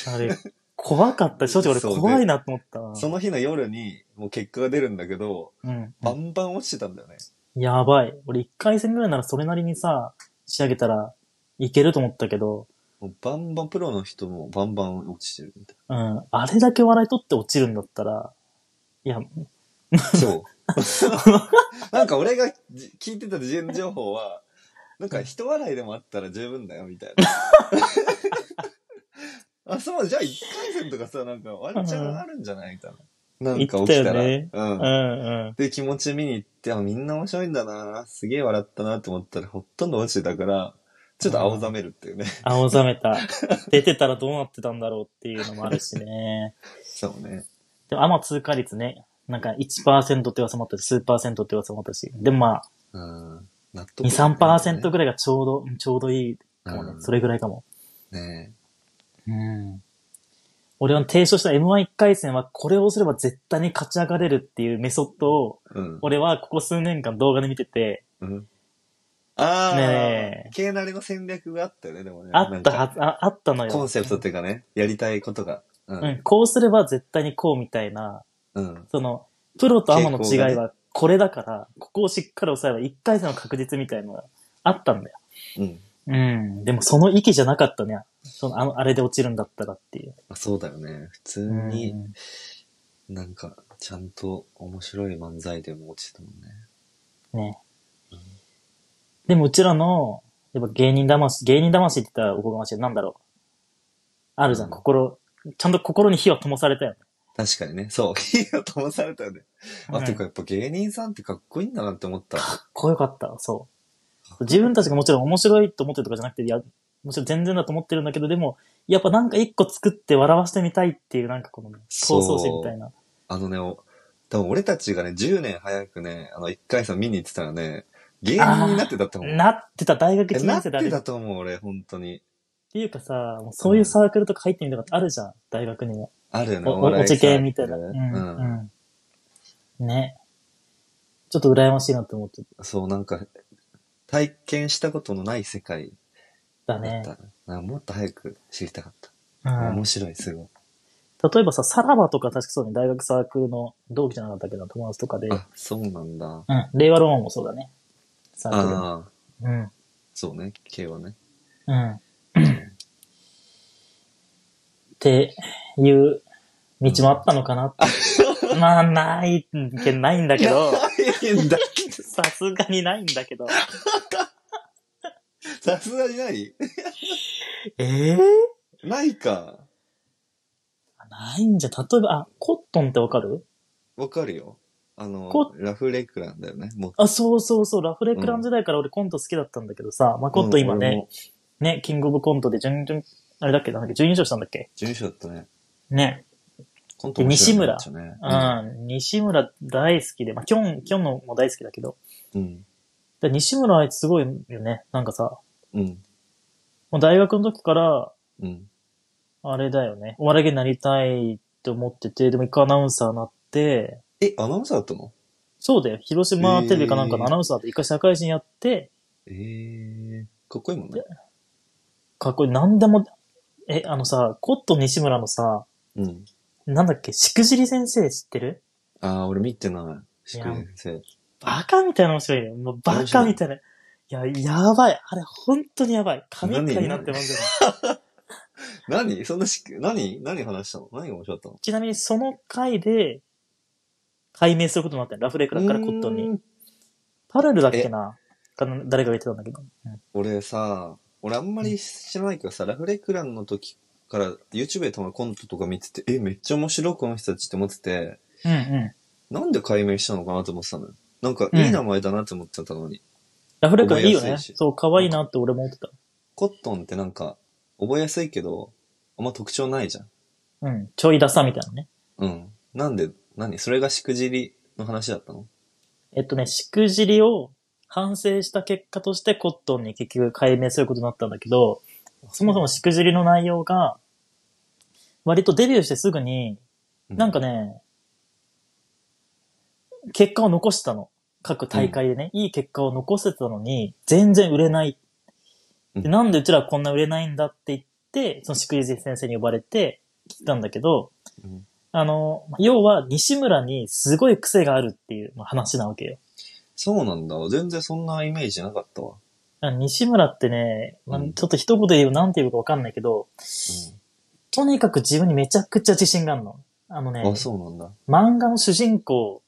[SPEAKER 2] あれ、怖かった。正直俺
[SPEAKER 1] そう で
[SPEAKER 2] 怖いなと思ったな。
[SPEAKER 1] その日の夜に、もう結果が出るんだけど、
[SPEAKER 2] うん。
[SPEAKER 1] バンバン落ちてたんだよね。
[SPEAKER 2] やばい。俺一回戦ぐらいならそれなりにさ、仕上げたらいけると思ったけど、
[SPEAKER 1] もうバンバンプロの人もバンバン落ちてるみたい
[SPEAKER 2] うん、あれだけ笑い取って落ちるんだったら、いや、
[SPEAKER 1] な。そう。 なんか俺がじ聞いてた事前情報は、なんか人笑いでもあったら十分だよみたいな。 あ、そう、じゃあ一回戦とかさ、なんかワンチャンあるんじゃないみたいな。なんか起きたら。
[SPEAKER 2] 言っ
[SPEAKER 1] う。
[SPEAKER 2] うんんうん。
[SPEAKER 1] で気持ち見に行って、あ、みんな面白いんだなすげえ笑ったなと思ったら、ほとんど落ちてたから、ちょっと青ざめるっていうね。
[SPEAKER 2] 青ざめた。出てたらどうなってたんだろうっていうのもあるしね。
[SPEAKER 1] そうね。
[SPEAKER 2] でも、アマ通過率ね。なんか1%って噂もあったし、数パーセントって噂もあったし。でもまあ、
[SPEAKER 1] うん。納得、
[SPEAKER 2] 2、3%ぐらいがちょうど、うんちょうどいいかもね。
[SPEAKER 1] うん
[SPEAKER 2] それぐらいかも。
[SPEAKER 1] ね
[SPEAKER 2] うん。俺は提唱した M11 回戦は、これをすれば絶対に勝ち上がれるっていうメソッドを、
[SPEAKER 1] うん。
[SPEAKER 2] 俺はここ数年間動画で見てて、
[SPEAKER 1] うん。ああ、
[SPEAKER 2] ねえ
[SPEAKER 1] 系なりの戦略があったよね、でもね。
[SPEAKER 2] あった
[SPEAKER 1] なん
[SPEAKER 2] は
[SPEAKER 1] か
[SPEAKER 2] ず、ああったのよ。
[SPEAKER 1] コンセプトっていうかね、やりたいことが。う。
[SPEAKER 2] うんん、こうすれば絶対にこうみたいな、
[SPEAKER 1] うん。
[SPEAKER 2] その、プロとアマの
[SPEAKER 1] 傾向が
[SPEAKER 2] 違
[SPEAKER 1] ね
[SPEAKER 2] いはこれだから、ここをしっかり押さえば1回戦の確実みたいなのがあったんだよ。
[SPEAKER 1] うん。
[SPEAKER 2] うん。でもその域じゃなかったね。その、あの、あれで落ちるんだったらっていう。
[SPEAKER 1] まあそうだよね。普通
[SPEAKER 2] う
[SPEAKER 1] に、
[SPEAKER 2] ん
[SPEAKER 1] なんか、ちゃんと面白い漫才でも落ちてたもんね。
[SPEAKER 2] ね。でもうちらの、やっぱ芸人魂、芸人魂って言ったらおこがましい。なんだろう。あるじゃん、
[SPEAKER 1] うん
[SPEAKER 2] 心。ちゃんと心に火は灯されたよね。
[SPEAKER 1] 確かにね。そう。 火が灯されたよね。
[SPEAKER 2] う
[SPEAKER 1] あ、
[SPEAKER 2] ん
[SPEAKER 1] てかやっぱ芸人さんってかっこいいんだなって思った。
[SPEAKER 2] こうよかった、そう。自分たちがもちろん面白いと思ってるとかじゃなくて、いや、もちろん全然だと思ってるんだけど、でも、やっぱなんか一個作って笑わしてみたいっていう、なんかこのね、
[SPEAKER 1] そ
[SPEAKER 2] 構
[SPEAKER 1] う
[SPEAKER 2] 想性みたいな。
[SPEAKER 1] あのね、お多分俺たちがね、10年早くね、あの、1回さ見に行ってたらね、芸人になってたと思う。
[SPEAKER 2] なってた大学
[SPEAKER 1] え
[SPEAKER 2] 1
[SPEAKER 1] な
[SPEAKER 2] 年
[SPEAKER 1] っ
[SPEAKER 2] 生だ
[SPEAKER 1] て
[SPEAKER 2] ね。った
[SPEAKER 1] と思う、俺、本当に。
[SPEAKER 2] ていうかさ、もうそういうサークルとか入ってみたかったあるじゃん、大学にも。
[SPEAKER 1] あるよね、
[SPEAKER 2] お、お
[SPEAKER 1] 笑
[SPEAKER 2] お
[SPEAKER 1] いサ
[SPEAKER 2] ち
[SPEAKER 1] ー
[SPEAKER 2] 系
[SPEAKER 1] クル
[SPEAKER 2] みたいな。う
[SPEAKER 1] うん
[SPEAKER 2] ん、うん。ね。ちょっと羨ましいなって思って
[SPEAKER 1] そう、なんか、体験したことのない世界
[SPEAKER 2] た
[SPEAKER 1] だ
[SPEAKER 2] ね
[SPEAKER 1] っ。た。なんかもっと早く知りたかった。
[SPEAKER 2] うん
[SPEAKER 1] 面。白い、すごい。
[SPEAKER 2] 例えばさ、さらばとか確かそうね、大学サークルの同期じゃなかったけど、友達とかで。
[SPEAKER 1] あ、そうなんだ。
[SPEAKER 2] うん。令和ロマンもそうだね。サークルの。
[SPEAKER 1] ああ、
[SPEAKER 2] うん。
[SPEAKER 1] そうね、K はね。
[SPEAKER 2] うん。っていう道もあったのかなって。まあ、ない、けないんだけど、
[SPEAKER 1] ないんだけど
[SPEAKER 2] さすがにないんだけど。
[SPEAKER 1] さすがにない
[SPEAKER 2] ええ
[SPEAKER 1] ないか。
[SPEAKER 2] ないんじゃ、例えば、あ、コットンってわかる
[SPEAKER 1] わかるよ。あの
[SPEAKER 2] こ、
[SPEAKER 1] ラフレクランだよね。もう
[SPEAKER 2] あ、そうそうそう、ラフレクラン時代から俺コント好きだったんだけどさ、まあコットン今
[SPEAKER 1] うん俺
[SPEAKER 2] ね
[SPEAKER 1] も、
[SPEAKER 2] ね、キングオブコントで準々、あれだっけ、なんだっけ、準優勝したんだっけ
[SPEAKER 1] 事務所だったね。
[SPEAKER 2] ね。
[SPEAKER 1] コント面白いな
[SPEAKER 2] 西
[SPEAKER 1] ね
[SPEAKER 2] うん、西村大好きで、まあキョン、キョンのも大好きだけど、
[SPEAKER 1] うん。
[SPEAKER 2] で西村あいつすごいよね。なんかさ、
[SPEAKER 1] うん。
[SPEAKER 2] もう大学の時から、
[SPEAKER 1] うん。
[SPEAKER 2] あれだよね。お笑い芸人になりたいって思ってて、でも一回アナウンサーになって、
[SPEAKER 1] え、アナウンサーだったの
[SPEAKER 2] そうだよ。広島テレビかなんか
[SPEAKER 1] へ
[SPEAKER 2] の
[SPEAKER 1] ー
[SPEAKER 2] アナウンサーで一回社会人やって、
[SPEAKER 1] ええかっこいいもんね。
[SPEAKER 2] かっこいい。なんでも、え、あのさ、コットン西村のさ、
[SPEAKER 1] うん。
[SPEAKER 2] なんだっけ、しくじり先生知ってる
[SPEAKER 1] ああ、俺見てない。しくじり先
[SPEAKER 2] バカみたいな面白いよ。もうバカみたいな。いや、やばい。あれ、本当にやばい。神回になってますよ。
[SPEAKER 1] 生。何そんなしく、何何話したの何が面白かっ
[SPEAKER 2] ちなみに、その回で、解明することになったよ。ラフレク
[SPEAKER 1] た
[SPEAKER 2] ラ
[SPEAKER 1] の
[SPEAKER 2] からコットンに
[SPEAKER 1] う。ーん
[SPEAKER 2] パルルだっけなかな誰かが言ってたんだけど。うん
[SPEAKER 1] 俺さ、俺あんまり知らないけどさ、ラフレクランの時から YouTube でたまにコントとか見てて、え、めっちゃ面白いこの人たちって思ってて、
[SPEAKER 2] うんうん。
[SPEAKER 1] なんで解明したのかなと思ってたのよ。なんか、
[SPEAKER 2] うん
[SPEAKER 1] いい名前だなって思ってたのに。
[SPEAKER 2] ラフレクラいいよね。
[SPEAKER 1] 覚えやすいし
[SPEAKER 2] そう、可愛いなって俺も思ってた。
[SPEAKER 1] コットンってなんか、覚えやすいけど、あんま特徴ないじゃん。
[SPEAKER 2] うん。ちょいダサみたいなね。
[SPEAKER 1] うん。なんで、何それがしくじりの話だったの
[SPEAKER 2] えっとね、しくじりを反省した結果としてコットンに結局解明することになったんだけど、そもそもしくじりの内容が、割とデビューしてすぐに、なんか
[SPEAKER 1] ね、
[SPEAKER 2] ね、結果を残したの。各大会でね、いい結果を残せてたのに、全然売れない。
[SPEAKER 1] うん
[SPEAKER 2] でなんでうちらはこんな売れないんだって言って、そのしくじり先生に呼ばれて来たんだけど、
[SPEAKER 1] うん
[SPEAKER 2] あの、要は西村にすごい癖があるっていうまあ話なわけよ。
[SPEAKER 1] そうなんだ。全然そんなイメージなかったわ。
[SPEAKER 2] あ西村ってね、まあ
[SPEAKER 1] うん
[SPEAKER 2] ちょっと一言で言うなんて言うかわかんないけど、とにかく自分にめちゃくちゃ自信があるの。あの
[SPEAKER 1] う
[SPEAKER 2] ね
[SPEAKER 1] ん。、あ、そうなんだ。
[SPEAKER 2] 漫画の主人公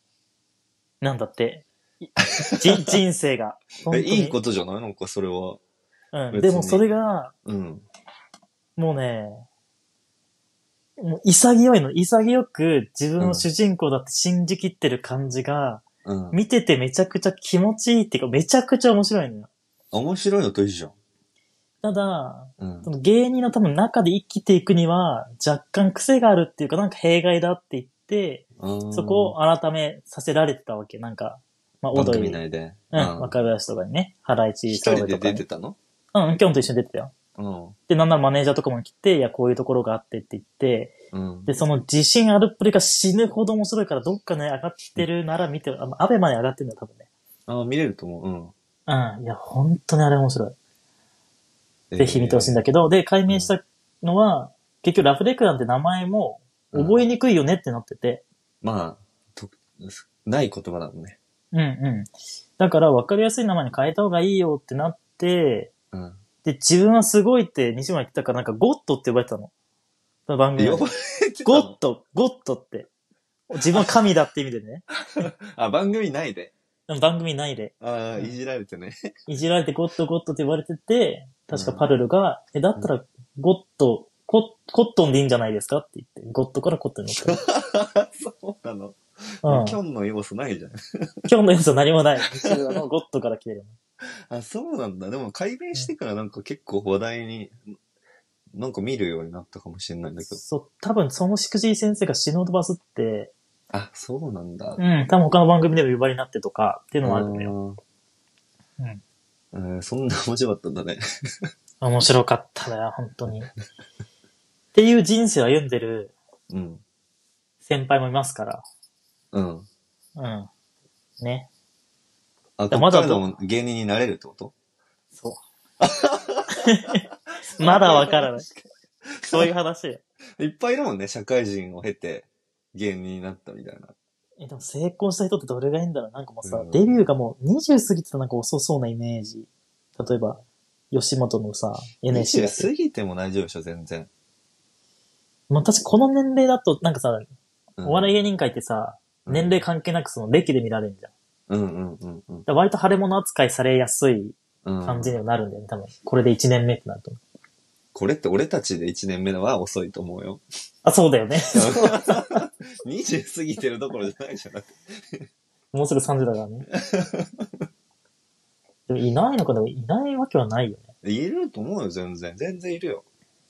[SPEAKER 2] なんだって。い じ人生が。本当
[SPEAKER 1] え、
[SPEAKER 2] に
[SPEAKER 1] いいことじゃないなんかそれは。
[SPEAKER 2] うん。
[SPEAKER 1] 別
[SPEAKER 2] で
[SPEAKER 1] に
[SPEAKER 2] もそれが、
[SPEAKER 1] うん。
[SPEAKER 2] もうね、もう潔いの、潔く自分を主人公だって信じきってる感じが、
[SPEAKER 1] うん。
[SPEAKER 2] 見ててめちゃくちゃ気持ちいいっていうか、めちゃくちゃ面白いのよ。
[SPEAKER 1] 面白いのといいじゃん。
[SPEAKER 2] ただ、
[SPEAKER 1] うん
[SPEAKER 2] そ。の芸人の多分中で生きていくには、若干癖があるっていうか、なんか弊害だって言って、そこを改めさせられてたわけ。なんか、まあ、
[SPEAKER 1] を、番
[SPEAKER 2] 踊り
[SPEAKER 1] 組。内で。
[SPEAKER 2] うん、
[SPEAKER 1] うん
[SPEAKER 2] 若林とかにね、原市
[SPEAKER 1] 一
[SPEAKER 2] 総
[SPEAKER 1] 人
[SPEAKER 2] 理
[SPEAKER 1] で
[SPEAKER 2] とか
[SPEAKER 1] 出
[SPEAKER 2] に。
[SPEAKER 1] てたの
[SPEAKER 2] うん、今日と一緒に出てたよ。
[SPEAKER 1] うん。
[SPEAKER 2] で、なんならマネージャーとかも来て、いや、こういうところがあってって言って、
[SPEAKER 1] うん。
[SPEAKER 2] で、その自信あるっぷりが死ぬほど面白いから、どっかね、上がってるなら見て、あまあアベまで上がってるんだよ、多分ね。
[SPEAKER 1] あ、見れると思
[SPEAKER 2] うん、いや、本当にあれ面白い。
[SPEAKER 1] う。うん。
[SPEAKER 2] ぜひ見てほしいん
[SPEAKER 1] だ。
[SPEAKER 2] だけど、で、解明したのは、結局ラフレクランって名前も覚えにくいよねってなってて、
[SPEAKER 1] まあ、と、ない言葉だもんね。
[SPEAKER 2] うんうん。だから分かりやすい名前に変えた方がいいよってなって、
[SPEAKER 1] うん。
[SPEAKER 2] で、自分はすごいって西村言ってたから、なんかゴッドって呼ばれてたの。その番組
[SPEAKER 1] 呼
[SPEAKER 2] で
[SPEAKER 1] ばれてた
[SPEAKER 2] ゴ
[SPEAKER 1] の
[SPEAKER 2] ッド、ゴッドって。自分は神だって意味でね。
[SPEAKER 1] あ、番組内で。
[SPEAKER 2] 番組内で。
[SPEAKER 1] ああ、いじられて ね。
[SPEAKER 2] いじられてゴッドゴッドって言われてて、確かパルルが、え、だったらゴッド、ココットンでいいんじゃないですかって言って、ゴッドからコットンに なっ
[SPEAKER 1] そうなの。
[SPEAKER 2] た。うん。
[SPEAKER 1] キョンの要素ないじゃん。
[SPEAKER 2] 今日のやつは何もない。西村のゴッドから来てる。
[SPEAKER 1] あ、そうなんだ。でも解明してからなんか結構話題に、なんか見るようになったかもしれ ないんだけど。
[SPEAKER 2] そう、多分そのしくじり先生が死ぬほどバズって、
[SPEAKER 1] あ、そうなんだ。
[SPEAKER 2] うん、多分他の番組でも呼ばれになってとか、っていうのもあるんだよ。
[SPEAKER 1] よ。うん。そんな面白かったんだね。
[SPEAKER 2] 面白かっただよ、本当に。っていう人生を歩んでる
[SPEAKER 1] うん。
[SPEAKER 2] 先輩もいますから。
[SPEAKER 1] うん。
[SPEAKER 2] うん。ね。
[SPEAKER 1] あ、こ
[SPEAKER 2] や
[SPEAKER 1] っから
[SPEAKER 2] まだ
[SPEAKER 1] でも芸人になれるってこと
[SPEAKER 2] そう。まだわか らない。そういう話よ。
[SPEAKER 1] いっぱいいるもんね、社会人を経て芸人になったみたいな。
[SPEAKER 2] え、でも成功した人ってどれがいいんだろうなんかもうさ、
[SPEAKER 1] うん
[SPEAKER 2] デビューがもう20過ぎてたなんか遅そうなイメージ。例えば、吉本のさ、NSC だっ
[SPEAKER 1] 20
[SPEAKER 2] て。
[SPEAKER 1] 過ぎても大丈夫でしょ、全然。
[SPEAKER 2] まあ、私この年齢だと、なんかさ、
[SPEAKER 1] うん
[SPEAKER 2] お笑い芸人界ってさ、年齢関係なくその歴で見られるじゃん。
[SPEAKER 1] う
[SPEAKER 2] だか
[SPEAKER 1] んうんうんうん。
[SPEAKER 2] ら割と腫れ物扱いされやすい
[SPEAKER 1] うん
[SPEAKER 2] 感じにはなるんだよね、多分。これで1年目ってなると。
[SPEAKER 1] これって俺たちで1年目のは遅いと思うよ。
[SPEAKER 2] あ、そうだよね。
[SPEAKER 1] 20過ぎてるどころじゃないじゃなくて。
[SPEAKER 2] もうすぐ30だからね。 でもいないのかでもいないわけはないよね。
[SPEAKER 1] いると思うよ、全然。全然いるよ。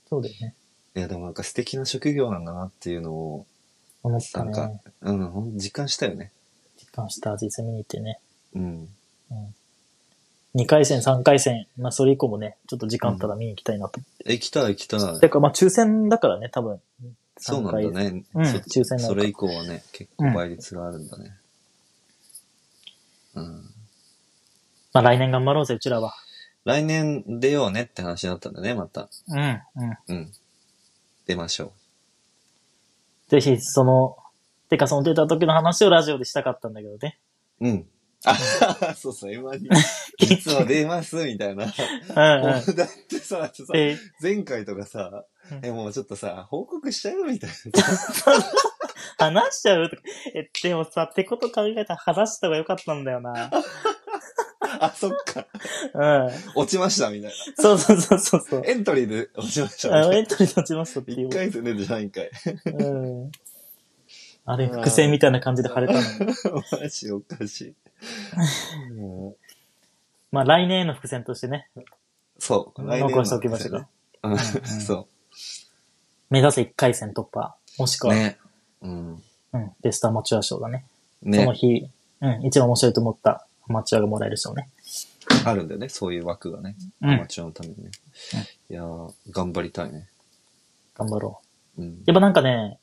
[SPEAKER 2] そうだよね。
[SPEAKER 1] いや、でもなんか素敵な職業なんだなっていうのを、
[SPEAKER 2] 思ったね
[SPEAKER 1] な。んうん、ほん実感したよね。
[SPEAKER 2] 実感した。実際見に行ってね。
[SPEAKER 1] うん。
[SPEAKER 2] 2回戦、3回戦。まあそれ以降もね、ちょっと時間あったら見に行きたいなと。
[SPEAKER 1] え、来た、来た。
[SPEAKER 2] だからまあ抽選だからね、多分。
[SPEAKER 1] そうなんだね。
[SPEAKER 2] うん
[SPEAKER 1] そ
[SPEAKER 2] 抽選なんだ
[SPEAKER 1] それ以降はね、結構倍率があるんだね。うん。
[SPEAKER 2] まあ来年頑張ろうぜ、うちらは。
[SPEAKER 1] 来年出ようねって話になったんだね、また。
[SPEAKER 2] うん、うん。
[SPEAKER 1] うん。出ましょ
[SPEAKER 2] ぜひ、その、てかその出た時の話をラジオでしたかったんだけどね。
[SPEAKER 1] う。うん。あ、そうそう、今 に。実は出ます、みたいな。
[SPEAKER 2] うんうん
[SPEAKER 1] も。うだってさ、だってさ
[SPEAKER 2] で、
[SPEAKER 1] 前回とかさ
[SPEAKER 2] うん、
[SPEAKER 1] え、もうちょっとさ、報告しちゃうみたい
[SPEAKER 2] 話しちゃうとか。え、でもさ、ってこと考えたら話した方が良かったんだよな。
[SPEAKER 1] な。あ、そっか。
[SPEAKER 2] うん。
[SPEAKER 1] 落ちました、みたい
[SPEAKER 2] そうそうそうそうそう
[SPEAKER 1] な。。エントリーで落ちましたみ
[SPEAKER 2] あの
[SPEAKER 1] た
[SPEAKER 2] エ
[SPEAKER 1] い
[SPEAKER 2] ントリー立ちましたって
[SPEAKER 1] な。
[SPEAKER 2] いう
[SPEAKER 1] 一。回戦出てないんかい。
[SPEAKER 2] うん。あれ、伏線みたいな感じで貼れたのに。
[SPEAKER 1] マジおかしい。も
[SPEAKER 2] まあ、来年への伏線としてね、
[SPEAKER 1] うそう。来年
[SPEAKER 2] 残しておきましょうか。
[SPEAKER 1] うん。
[SPEAKER 2] うん
[SPEAKER 1] そ
[SPEAKER 2] 目指せ1回戦突破。もしく
[SPEAKER 1] う。
[SPEAKER 2] は、
[SPEAKER 1] ね。うん。
[SPEAKER 2] うん、ベストアマチュア賞だね。その
[SPEAKER 1] ね。
[SPEAKER 2] 日、うん、一番面白いと思ったアマチュアがもらえる賞ね。
[SPEAKER 1] あるんだよね。そういう枠がね。
[SPEAKER 2] うん
[SPEAKER 1] アマチュアのためにね。いやー、頑張りたいね。
[SPEAKER 2] 頑張ろう。
[SPEAKER 1] うん。
[SPEAKER 2] やっぱなんかね、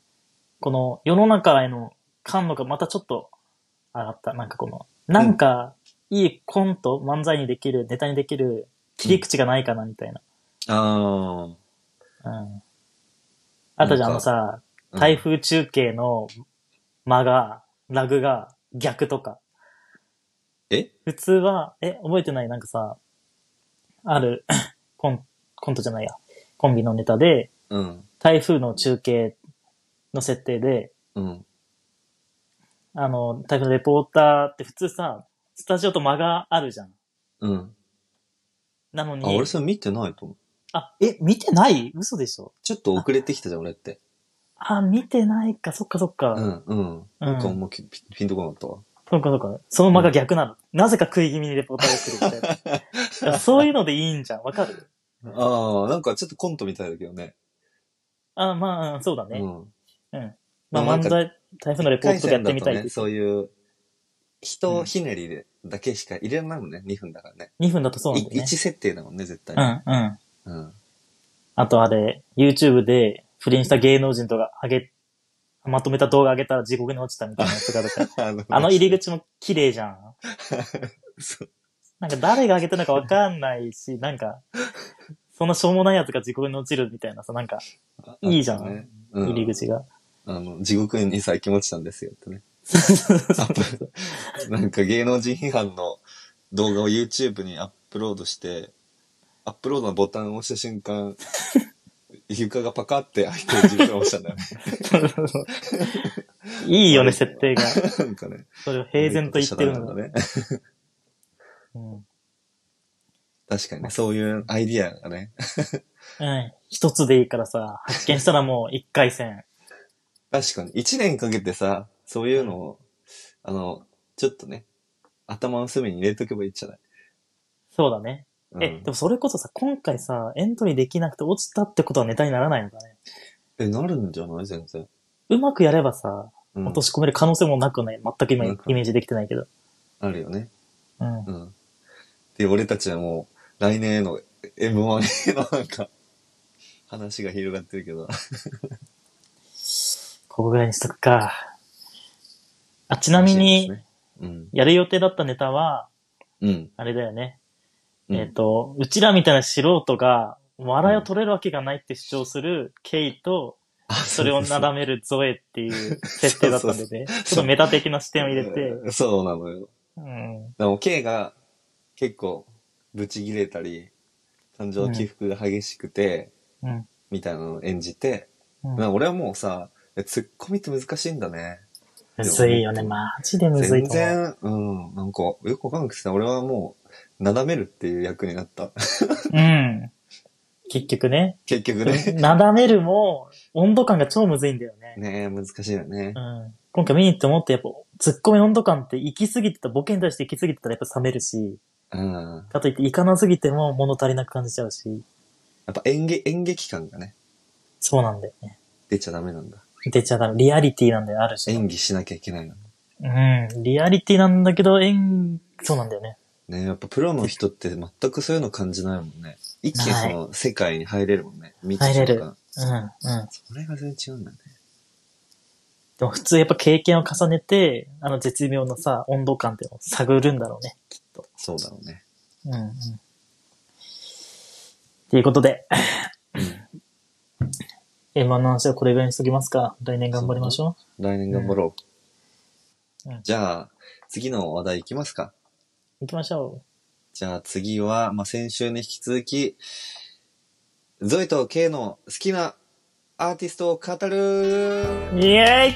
[SPEAKER 2] この世の中への感度がまたちょっと上がった。なんかこの、なんか、いいコント、漫才にできる、ネタにできる、切り口がないかな、みたいな。
[SPEAKER 1] あ
[SPEAKER 2] うん。あとじゃ
[SPEAKER 1] な
[SPEAKER 2] ん、あの
[SPEAKER 1] んか
[SPEAKER 2] さ、
[SPEAKER 1] ー。
[SPEAKER 2] 台風中継の間が、ラグが逆とか。
[SPEAKER 1] え
[SPEAKER 2] 普通は、え、覚えてないなんかさ、ある コン、コントじゃないや、コンビのネタで、
[SPEAKER 1] うん。
[SPEAKER 2] 台風の中継の設定で、
[SPEAKER 1] うん。
[SPEAKER 2] あの、台風のレポーターって普通さ、スタジオと間があるじゃん。
[SPEAKER 1] うん。
[SPEAKER 2] なのに
[SPEAKER 1] あ、、俺それ見てないと思う。
[SPEAKER 2] あ、え、見てない嘘でしょ
[SPEAKER 1] ちょっと遅れてきたじゃ ん、俺って。
[SPEAKER 2] あ、見てないか、そっかそっか。
[SPEAKER 1] うん、うん。
[SPEAKER 2] うん
[SPEAKER 1] なんかもうきピピンとこなかったわ。
[SPEAKER 2] そうかそうか。その間が逆なの。なぜか食い気味にレポーターが来るみたいな。だからそういうのでいいんじゃん。わかる
[SPEAKER 1] ああ、なんかちょっとコントみたいだけどね。
[SPEAKER 2] あまあ、うんそうだね。
[SPEAKER 1] うん。
[SPEAKER 2] ま
[SPEAKER 1] まあな
[SPEAKER 2] あ、
[SPEAKER 1] んか
[SPEAKER 2] 漫才、台風のレポートとかやってみたい
[SPEAKER 1] ね、
[SPEAKER 2] って言って
[SPEAKER 1] そういう、
[SPEAKER 2] う
[SPEAKER 1] 人
[SPEAKER 2] ん
[SPEAKER 1] ひねりでだけしか入れないもんね、2分だからね。
[SPEAKER 2] 2分だとそうなんだよ
[SPEAKER 1] い
[SPEAKER 2] ね。
[SPEAKER 1] 一設定だもんね、絶対
[SPEAKER 2] う
[SPEAKER 1] に。
[SPEAKER 2] ん、うん。
[SPEAKER 1] うん。
[SPEAKER 2] あとあれ、YouTube で不倫した芸能人とか上げ、まとめた動画上げたら地獄に落ちたみたいなやつが あるから
[SPEAKER 1] あの
[SPEAKER 2] あの入り口も綺麗じゃん。
[SPEAKER 1] そう
[SPEAKER 2] なんか誰が上げたのかわかんないし、なんか、そんなしょうもないやつが地獄に落ちるみたいなさ、なんか、
[SPEAKER 1] あ
[SPEAKER 2] いいじゃん
[SPEAKER 1] あったねうん、
[SPEAKER 2] 入り口が。
[SPEAKER 1] あの、地獄に最近落ちたんですよっ てね。アップなんか芸能人批判の動画を YouTube にアップロードして、アップロードのボタンを押した瞬 間、床がパカって開いて自分が落ちたん だよね。
[SPEAKER 2] いいよね、設定が。
[SPEAKER 1] なんかね。
[SPEAKER 2] それを平然と言ってるの
[SPEAKER 1] だ
[SPEAKER 2] が。
[SPEAKER 1] ね。
[SPEAKER 2] うん
[SPEAKER 1] 確かにね、そういうアイディアがね。
[SPEAKER 2] うん。一つでいいからさ、発見したらもう一回戦。
[SPEAKER 1] 確かに、一年かけてさ、そういうのを、あの、ちょっとね、頭の隅に入れとけばいいんじゃない、
[SPEAKER 2] そうだね。
[SPEAKER 1] うん、
[SPEAKER 2] え、でもそれこそさ、今回さ、エントリーできなくて落ちたってことはネタにならないのかね。
[SPEAKER 1] え、なるんじゃない全然。
[SPEAKER 2] うまくやればさ、
[SPEAKER 1] うん
[SPEAKER 2] 落とし込める可能性もなくない。全く今、
[SPEAKER 1] な
[SPEAKER 2] イ
[SPEAKER 1] く
[SPEAKER 2] メージできてないけど。
[SPEAKER 1] あるよね。
[SPEAKER 2] うん。
[SPEAKER 1] うん。で、俺たちはもう、来年への M1 へのなんか、話が広がってるけど。
[SPEAKER 2] ここぐらいにしとくか。あ、ちなみ
[SPEAKER 1] 楽し
[SPEAKER 2] に、
[SPEAKER 1] いですね、
[SPEAKER 2] やる予定だったネタは、
[SPEAKER 1] うん。うん。
[SPEAKER 2] あれだよね。
[SPEAKER 1] うん
[SPEAKER 2] えっ、と、うちらみたいな素人が、笑いを取れるわけがないって主張するケイと、
[SPEAKER 1] あ、
[SPEAKER 2] それをなだめるゾエっていう設定だったんでね。ちょっとメタ的な視点を入れて。
[SPEAKER 1] て。 そうなのよ。
[SPEAKER 2] うん。
[SPEAKER 1] でも、K が結構ブチギレたり、感情起伏が激しくて、
[SPEAKER 2] うん。
[SPEAKER 1] みたいなのを演じて、
[SPEAKER 2] うん
[SPEAKER 1] まあ俺はもうさ、ツッコミって難しいんだね。
[SPEAKER 2] むずいよね。マジでむずい
[SPEAKER 1] 全
[SPEAKER 2] と思う。
[SPEAKER 1] 然、うん、なんか、よくわかんなくてさ、俺はもう、なだめるっていう役になった。
[SPEAKER 2] うん。結局ね。
[SPEAKER 1] 結局
[SPEAKER 2] でも
[SPEAKER 1] ね。
[SPEAKER 2] なだめるも、温度感が超むずいんだよね。
[SPEAKER 1] ねえ、難しいよね
[SPEAKER 2] う。ん。今回見に行って思って、やっぱ、ツッコミ温度感って行き過ぎてた、ボケに対して行き過ぎてたらやっぱ冷めるし、
[SPEAKER 1] うん。や
[SPEAKER 2] かといって行かなすぎても物足りなく感じちゃうし、
[SPEAKER 1] っぱ演劇、演劇感がね、
[SPEAKER 2] そうなんだよね。
[SPEAKER 1] 出ちゃダメなんだ。
[SPEAKER 2] 出ちゃダメ。リアリティなんだよ、ある種の。
[SPEAKER 1] 演技しなきゃいけないの。
[SPEAKER 2] うん。リアリティなんだけど、演、そうなんだよね。
[SPEAKER 1] ねえ、やっぱプロの人って全くそういうの感じないもんね。一気にその世界に入れるもんね。見て
[SPEAKER 2] 入れる
[SPEAKER 1] 瞬間
[SPEAKER 2] うん、うん。
[SPEAKER 1] それが全然違うんだね。
[SPEAKER 2] でも普通やっぱ経験を重ねて、あの絶妙なさ、温度感っていうのを探るんだろうね。
[SPEAKER 1] そうだろうね。
[SPEAKER 2] うん、うん。ということで、M1 の話はこれぐらいにしときますか。来年頑張りましょ
[SPEAKER 1] 来年頑張ろう。
[SPEAKER 2] うん
[SPEAKER 1] じゃあ、次の話題いきますか。
[SPEAKER 2] う。行きましょ
[SPEAKER 1] じゃあ次は、まあ、先週に引き続き、ゾイと K の好きなアーティストを語るイ
[SPEAKER 2] う。イェーイイ
[SPEAKER 1] エ
[SPEAKER 2] ェ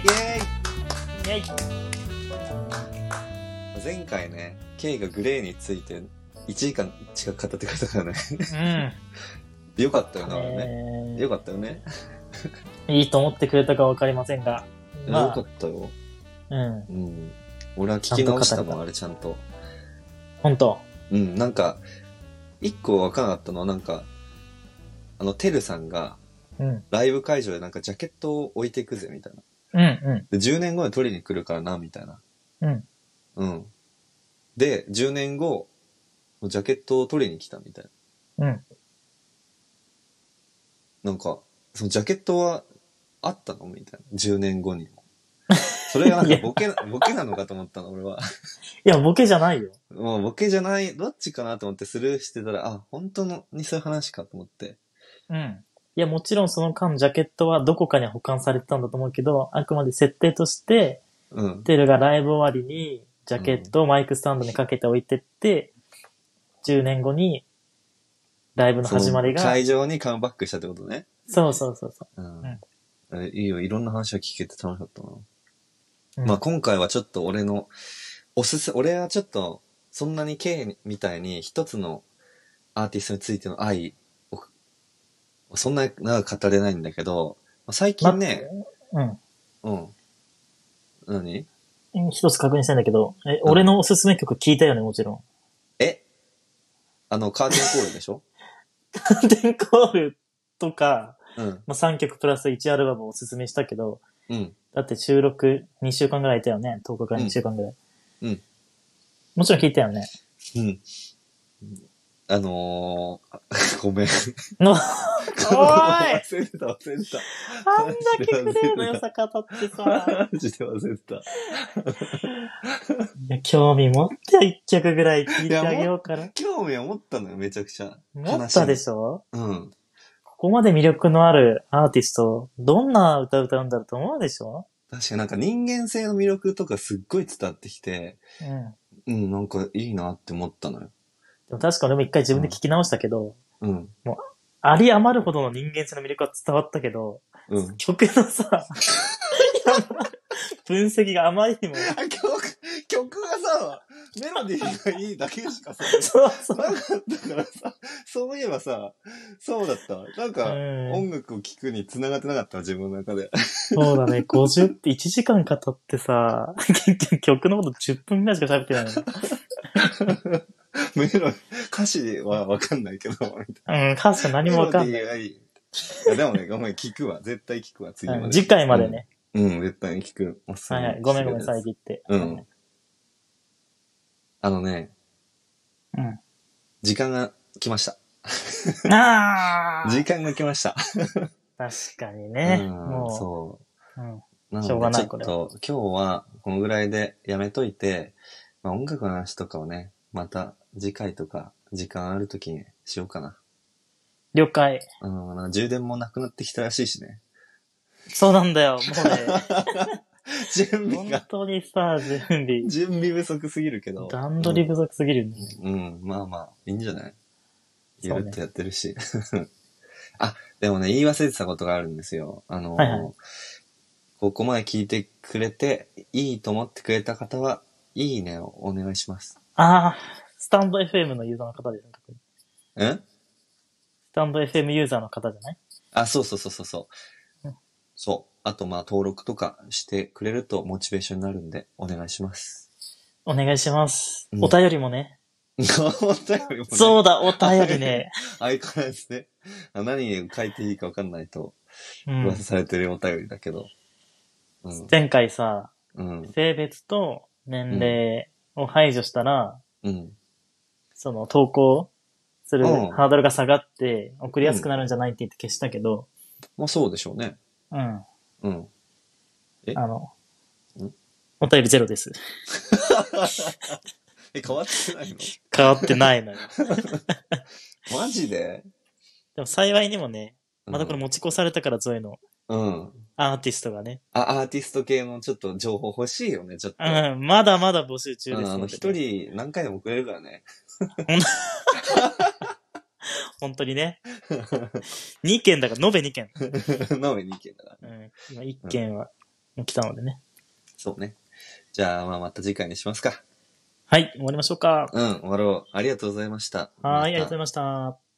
[SPEAKER 2] イ
[SPEAKER 1] ーイ前回ね、K がグレーについて1時間近く語ってくれたからね。 よかったよね、あれね。
[SPEAKER 2] うん。
[SPEAKER 1] よかったよね。
[SPEAKER 2] いいと思ってくれたかわかりませんが。
[SPEAKER 1] よ
[SPEAKER 2] ま
[SPEAKER 1] かったよ。
[SPEAKER 2] あ、うん。
[SPEAKER 1] うん。俺は聞き直したもん、あれちゃんと。
[SPEAKER 2] 本当
[SPEAKER 1] うん、なんか、一個わからなかったのは、なんか、あの、てるさんが、
[SPEAKER 2] うん。
[SPEAKER 1] ライブ会場でなんかジャケットを置いていくぜ、みたいな。
[SPEAKER 2] うん、う
[SPEAKER 1] で、10年後に取りに来るからな、みたいな。
[SPEAKER 2] ん。う
[SPEAKER 1] う
[SPEAKER 2] ん。
[SPEAKER 1] ん。で、10年後、ジャケットを取りに来た、みたい
[SPEAKER 2] うん。
[SPEAKER 1] な。なんか、そのジャケットはあったのみたいな。10年後に も。それがなんかボケな、ボケなのかと思ったの、俺は。
[SPEAKER 2] いや、ボケじゃないよ。
[SPEAKER 1] もうボケじゃない、どっちかなと思ってスルーしてたら、あ、本当のにそういう話かと思って。
[SPEAKER 2] うん。いや、もちろんその間、ジャケットはどこかに保管されてたんだと思うけど、あくまで設定として、
[SPEAKER 1] うん。
[SPEAKER 2] テルがライブ終わりに、ジャケットをマイクスタンドにかけて置いてって、10年後に、ライブの始まりが
[SPEAKER 1] その、会場にカムバックしたってことね。
[SPEAKER 2] そうそうそうそう。
[SPEAKER 1] うん
[SPEAKER 2] ん。
[SPEAKER 1] えいいよ、いろんな話を聞けて楽しかったな。
[SPEAKER 2] うん
[SPEAKER 1] まあ今回はちょっと俺の、おすす、俺はちょっと、そんなに K みたいに一つのアーティストについての愛を、そんな長く語れないんだけど、まあ最近ね、
[SPEAKER 2] うん。
[SPEAKER 1] うん。何
[SPEAKER 2] 一つ確認したいんだけど、え、
[SPEAKER 1] うん
[SPEAKER 2] 俺のおすすめ曲聞いたよね、もちろん。
[SPEAKER 1] えあの、カーテンコールでしょ
[SPEAKER 2] カーテンコールとか、
[SPEAKER 1] うん。
[SPEAKER 2] まあ、3曲プラス1アルバムをおすすめしたけど、
[SPEAKER 1] うん。
[SPEAKER 2] だって収録2週間ぐらいいたよね。10日から2週間ぐらい。
[SPEAKER 1] うん。
[SPEAKER 2] もちろん聞いた よね。
[SPEAKER 1] うん。あのー、ごめん。
[SPEAKER 2] の、おい
[SPEAKER 1] 忘れてた、忘れてた。
[SPEAKER 2] あんだけクレーの良さ語ってさ、
[SPEAKER 1] マジで忘れてた。
[SPEAKER 2] いや、興味持って1曲ぐらい聞いてあげようかな。
[SPEAKER 1] 興味を持ったのよ、めちゃくちゃ。
[SPEAKER 2] 思ったでしょ
[SPEAKER 1] うん。
[SPEAKER 2] ここまで魅力のあるアーティスト、どんな歌歌うんだろうと思うでしょ
[SPEAKER 1] 確かになんか人間性の魅力とかすっごい伝わってきて、
[SPEAKER 2] うん。で
[SPEAKER 1] うん、なんかいいなって思ったのよ。
[SPEAKER 2] も確か俺も一回自分で聞き直したけど、
[SPEAKER 1] うん。
[SPEAKER 2] あり余るほどの人間性の魅力は伝わったけど、
[SPEAKER 1] うん。
[SPEAKER 2] 曲の さ、分析があまりにも、
[SPEAKER 1] 曲、曲がさ、メロディーがいいだけしかさ、
[SPEAKER 2] そうそう。
[SPEAKER 1] なかったからさ、そういえばさ、そうだったわ。なん
[SPEAKER 2] う
[SPEAKER 1] か、
[SPEAKER 2] ん
[SPEAKER 1] 音楽を聴くに繋がってなかったわ、自分の中で。
[SPEAKER 2] そうだね、50って1時間語ってさ、 結局曲のこと10分ぐらいしか喋ってない
[SPEAKER 1] メロ、歌詞はわかんないけど、みたい
[SPEAKER 2] の。うん、歌詞は何
[SPEAKER 1] な。
[SPEAKER 2] もわかん
[SPEAKER 1] メロディーが
[SPEAKER 2] ない。
[SPEAKER 1] いい。いやでもね、ごめん、聞くわ。絶対聞くわ、次ま
[SPEAKER 2] うん
[SPEAKER 1] で。
[SPEAKER 2] 次回までね。
[SPEAKER 1] うん、絶対に聞く。おすすめ
[SPEAKER 2] はいはい。ごめんごめん、
[SPEAKER 1] してるや
[SPEAKER 2] 遮
[SPEAKER 1] つ
[SPEAKER 2] って。
[SPEAKER 1] うん。あのね、
[SPEAKER 2] う
[SPEAKER 1] 時間が来ました。
[SPEAKER 2] ん。ああ
[SPEAKER 1] 時間が来ました。
[SPEAKER 2] 確かにね。
[SPEAKER 1] うん
[SPEAKER 2] も。
[SPEAKER 1] そう
[SPEAKER 2] うん
[SPEAKER 1] う。なので
[SPEAKER 2] しょうがない
[SPEAKER 1] ちょっと今日はこのぐらいでやめといて、まあ、音楽の話とかをね、また次回とか時間ある時にしようかな。
[SPEAKER 2] 了解。
[SPEAKER 1] うん、なんか充電もなくなってきたらしいしね。
[SPEAKER 2] そうなんだよ。
[SPEAKER 1] 準
[SPEAKER 2] もう
[SPEAKER 1] 備
[SPEAKER 2] ね、本
[SPEAKER 1] が、
[SPEAKER 2] 当にさ、準備。
[SPEAKER 1] 準備不足すぎるけど。
[SPEAKER 2] 段取り不足すぎるね。
[SPEAKER 1] うん、まあまあ、いいんじゃないゆ
[SPEAKER 2] そうね
[SPEAKER 1] るっとやってるし。 あ、でもね、言い忘れてたことがあるんですよ。あのー
[SPEAKER 2] はいは
[SPEAKER 1] ここまで聞いてくれて、いいと思ってくれた方は、いいねをお願いします。
[SPEAKER 2] ああ、スタンド FM のユーザーの方ですね。
[SPEAKER 1] ん
[SPEAKER 2] スタンド FM ユーザーの方じゃない
[SPEAKER 1] あ、そうそうそうそうそう
[SPEAKER 2] うん。
[SPEAKER 1] そう。あと、まあ、登録とかしてくれるとモチベーションになるんで、お願いします。
[SPEAKER 2] お願いします
[SPEAKER 1] う。ん
[SPEAKER 2] お便りもね。
[SPEAKER 1] お便りもね
[SPEAKER 2] そうだ、お便り ね。
[SPEAKER 1] 相変わらずね、あ何を書いていいか分かんないと、
[SPEAKER 2] うん
[SPEAKER 1] 噂されてるお便りだけど。うん。
[SPEAKER 2] 前回さ、
[SPEAKER 1] うん。
[SPEAKER 2] 性別と年齢を排除したら、
[SPEAKER 1] うん。
[SPEAKER 2] その投稿する
[SPEAKER 1] うん
[SPEAKER 2] ハードルが下がって送りやすくなるんじゃないって言って消したけど、
[SPEAKER 1] まあそうでしょうね。
[SPEAKER 2] うん、あ
[SPEAKER 1] うん。え
[SPEAKER 2] の
[SPEAKER 1] うん、
[SPEAKER 2] お便りゼロです。
[SPEAKER 1] え、変わってないの
[SPEAKER 2] 変わってないのよ。
[SPEAKER 1] マジで
[SPEAKER 2] でも幸いにもね、またこれ持ち越されたからゾエの
[SPEAKER 1] うん。
[SPEAKER 2] アーティストがね、
[SPEAKER 1] あ、アーティスト系のちょっと情報欲しいよね、ちょっと。
[SPEAKER 2] うん、まだまだ募集中
[SPEAKER 1] う
[SPEAKER 2] で
[SPEAKER 1] ん
[SPEAKER 2] す
[SPEAKER 1] あ
[SPEAKER 2] の
[SPEAKER 1] の、
[SPEAKER 2] で
[SPEAKER 1] 一人何回でもくれるからね。
[SPEAKER 2] 本当にね。2件だから、延べ2件。
[SPEAKER 1] 飲みに行けたら。
[SPEAKER 2] うん、今1件はもう来たのでね。
[SPEAKER 1] そうね。じゃあ、まあまた次回にしますか。
[SPEAKER 2] はい、終わりましょうか。
[SPEAKER 1] うん、終わろう。ありがとうございました。
[SPEAKER 2] はい、ありがとうござい
[SPEAKER 1] ま
[SPEAKER 2] ました。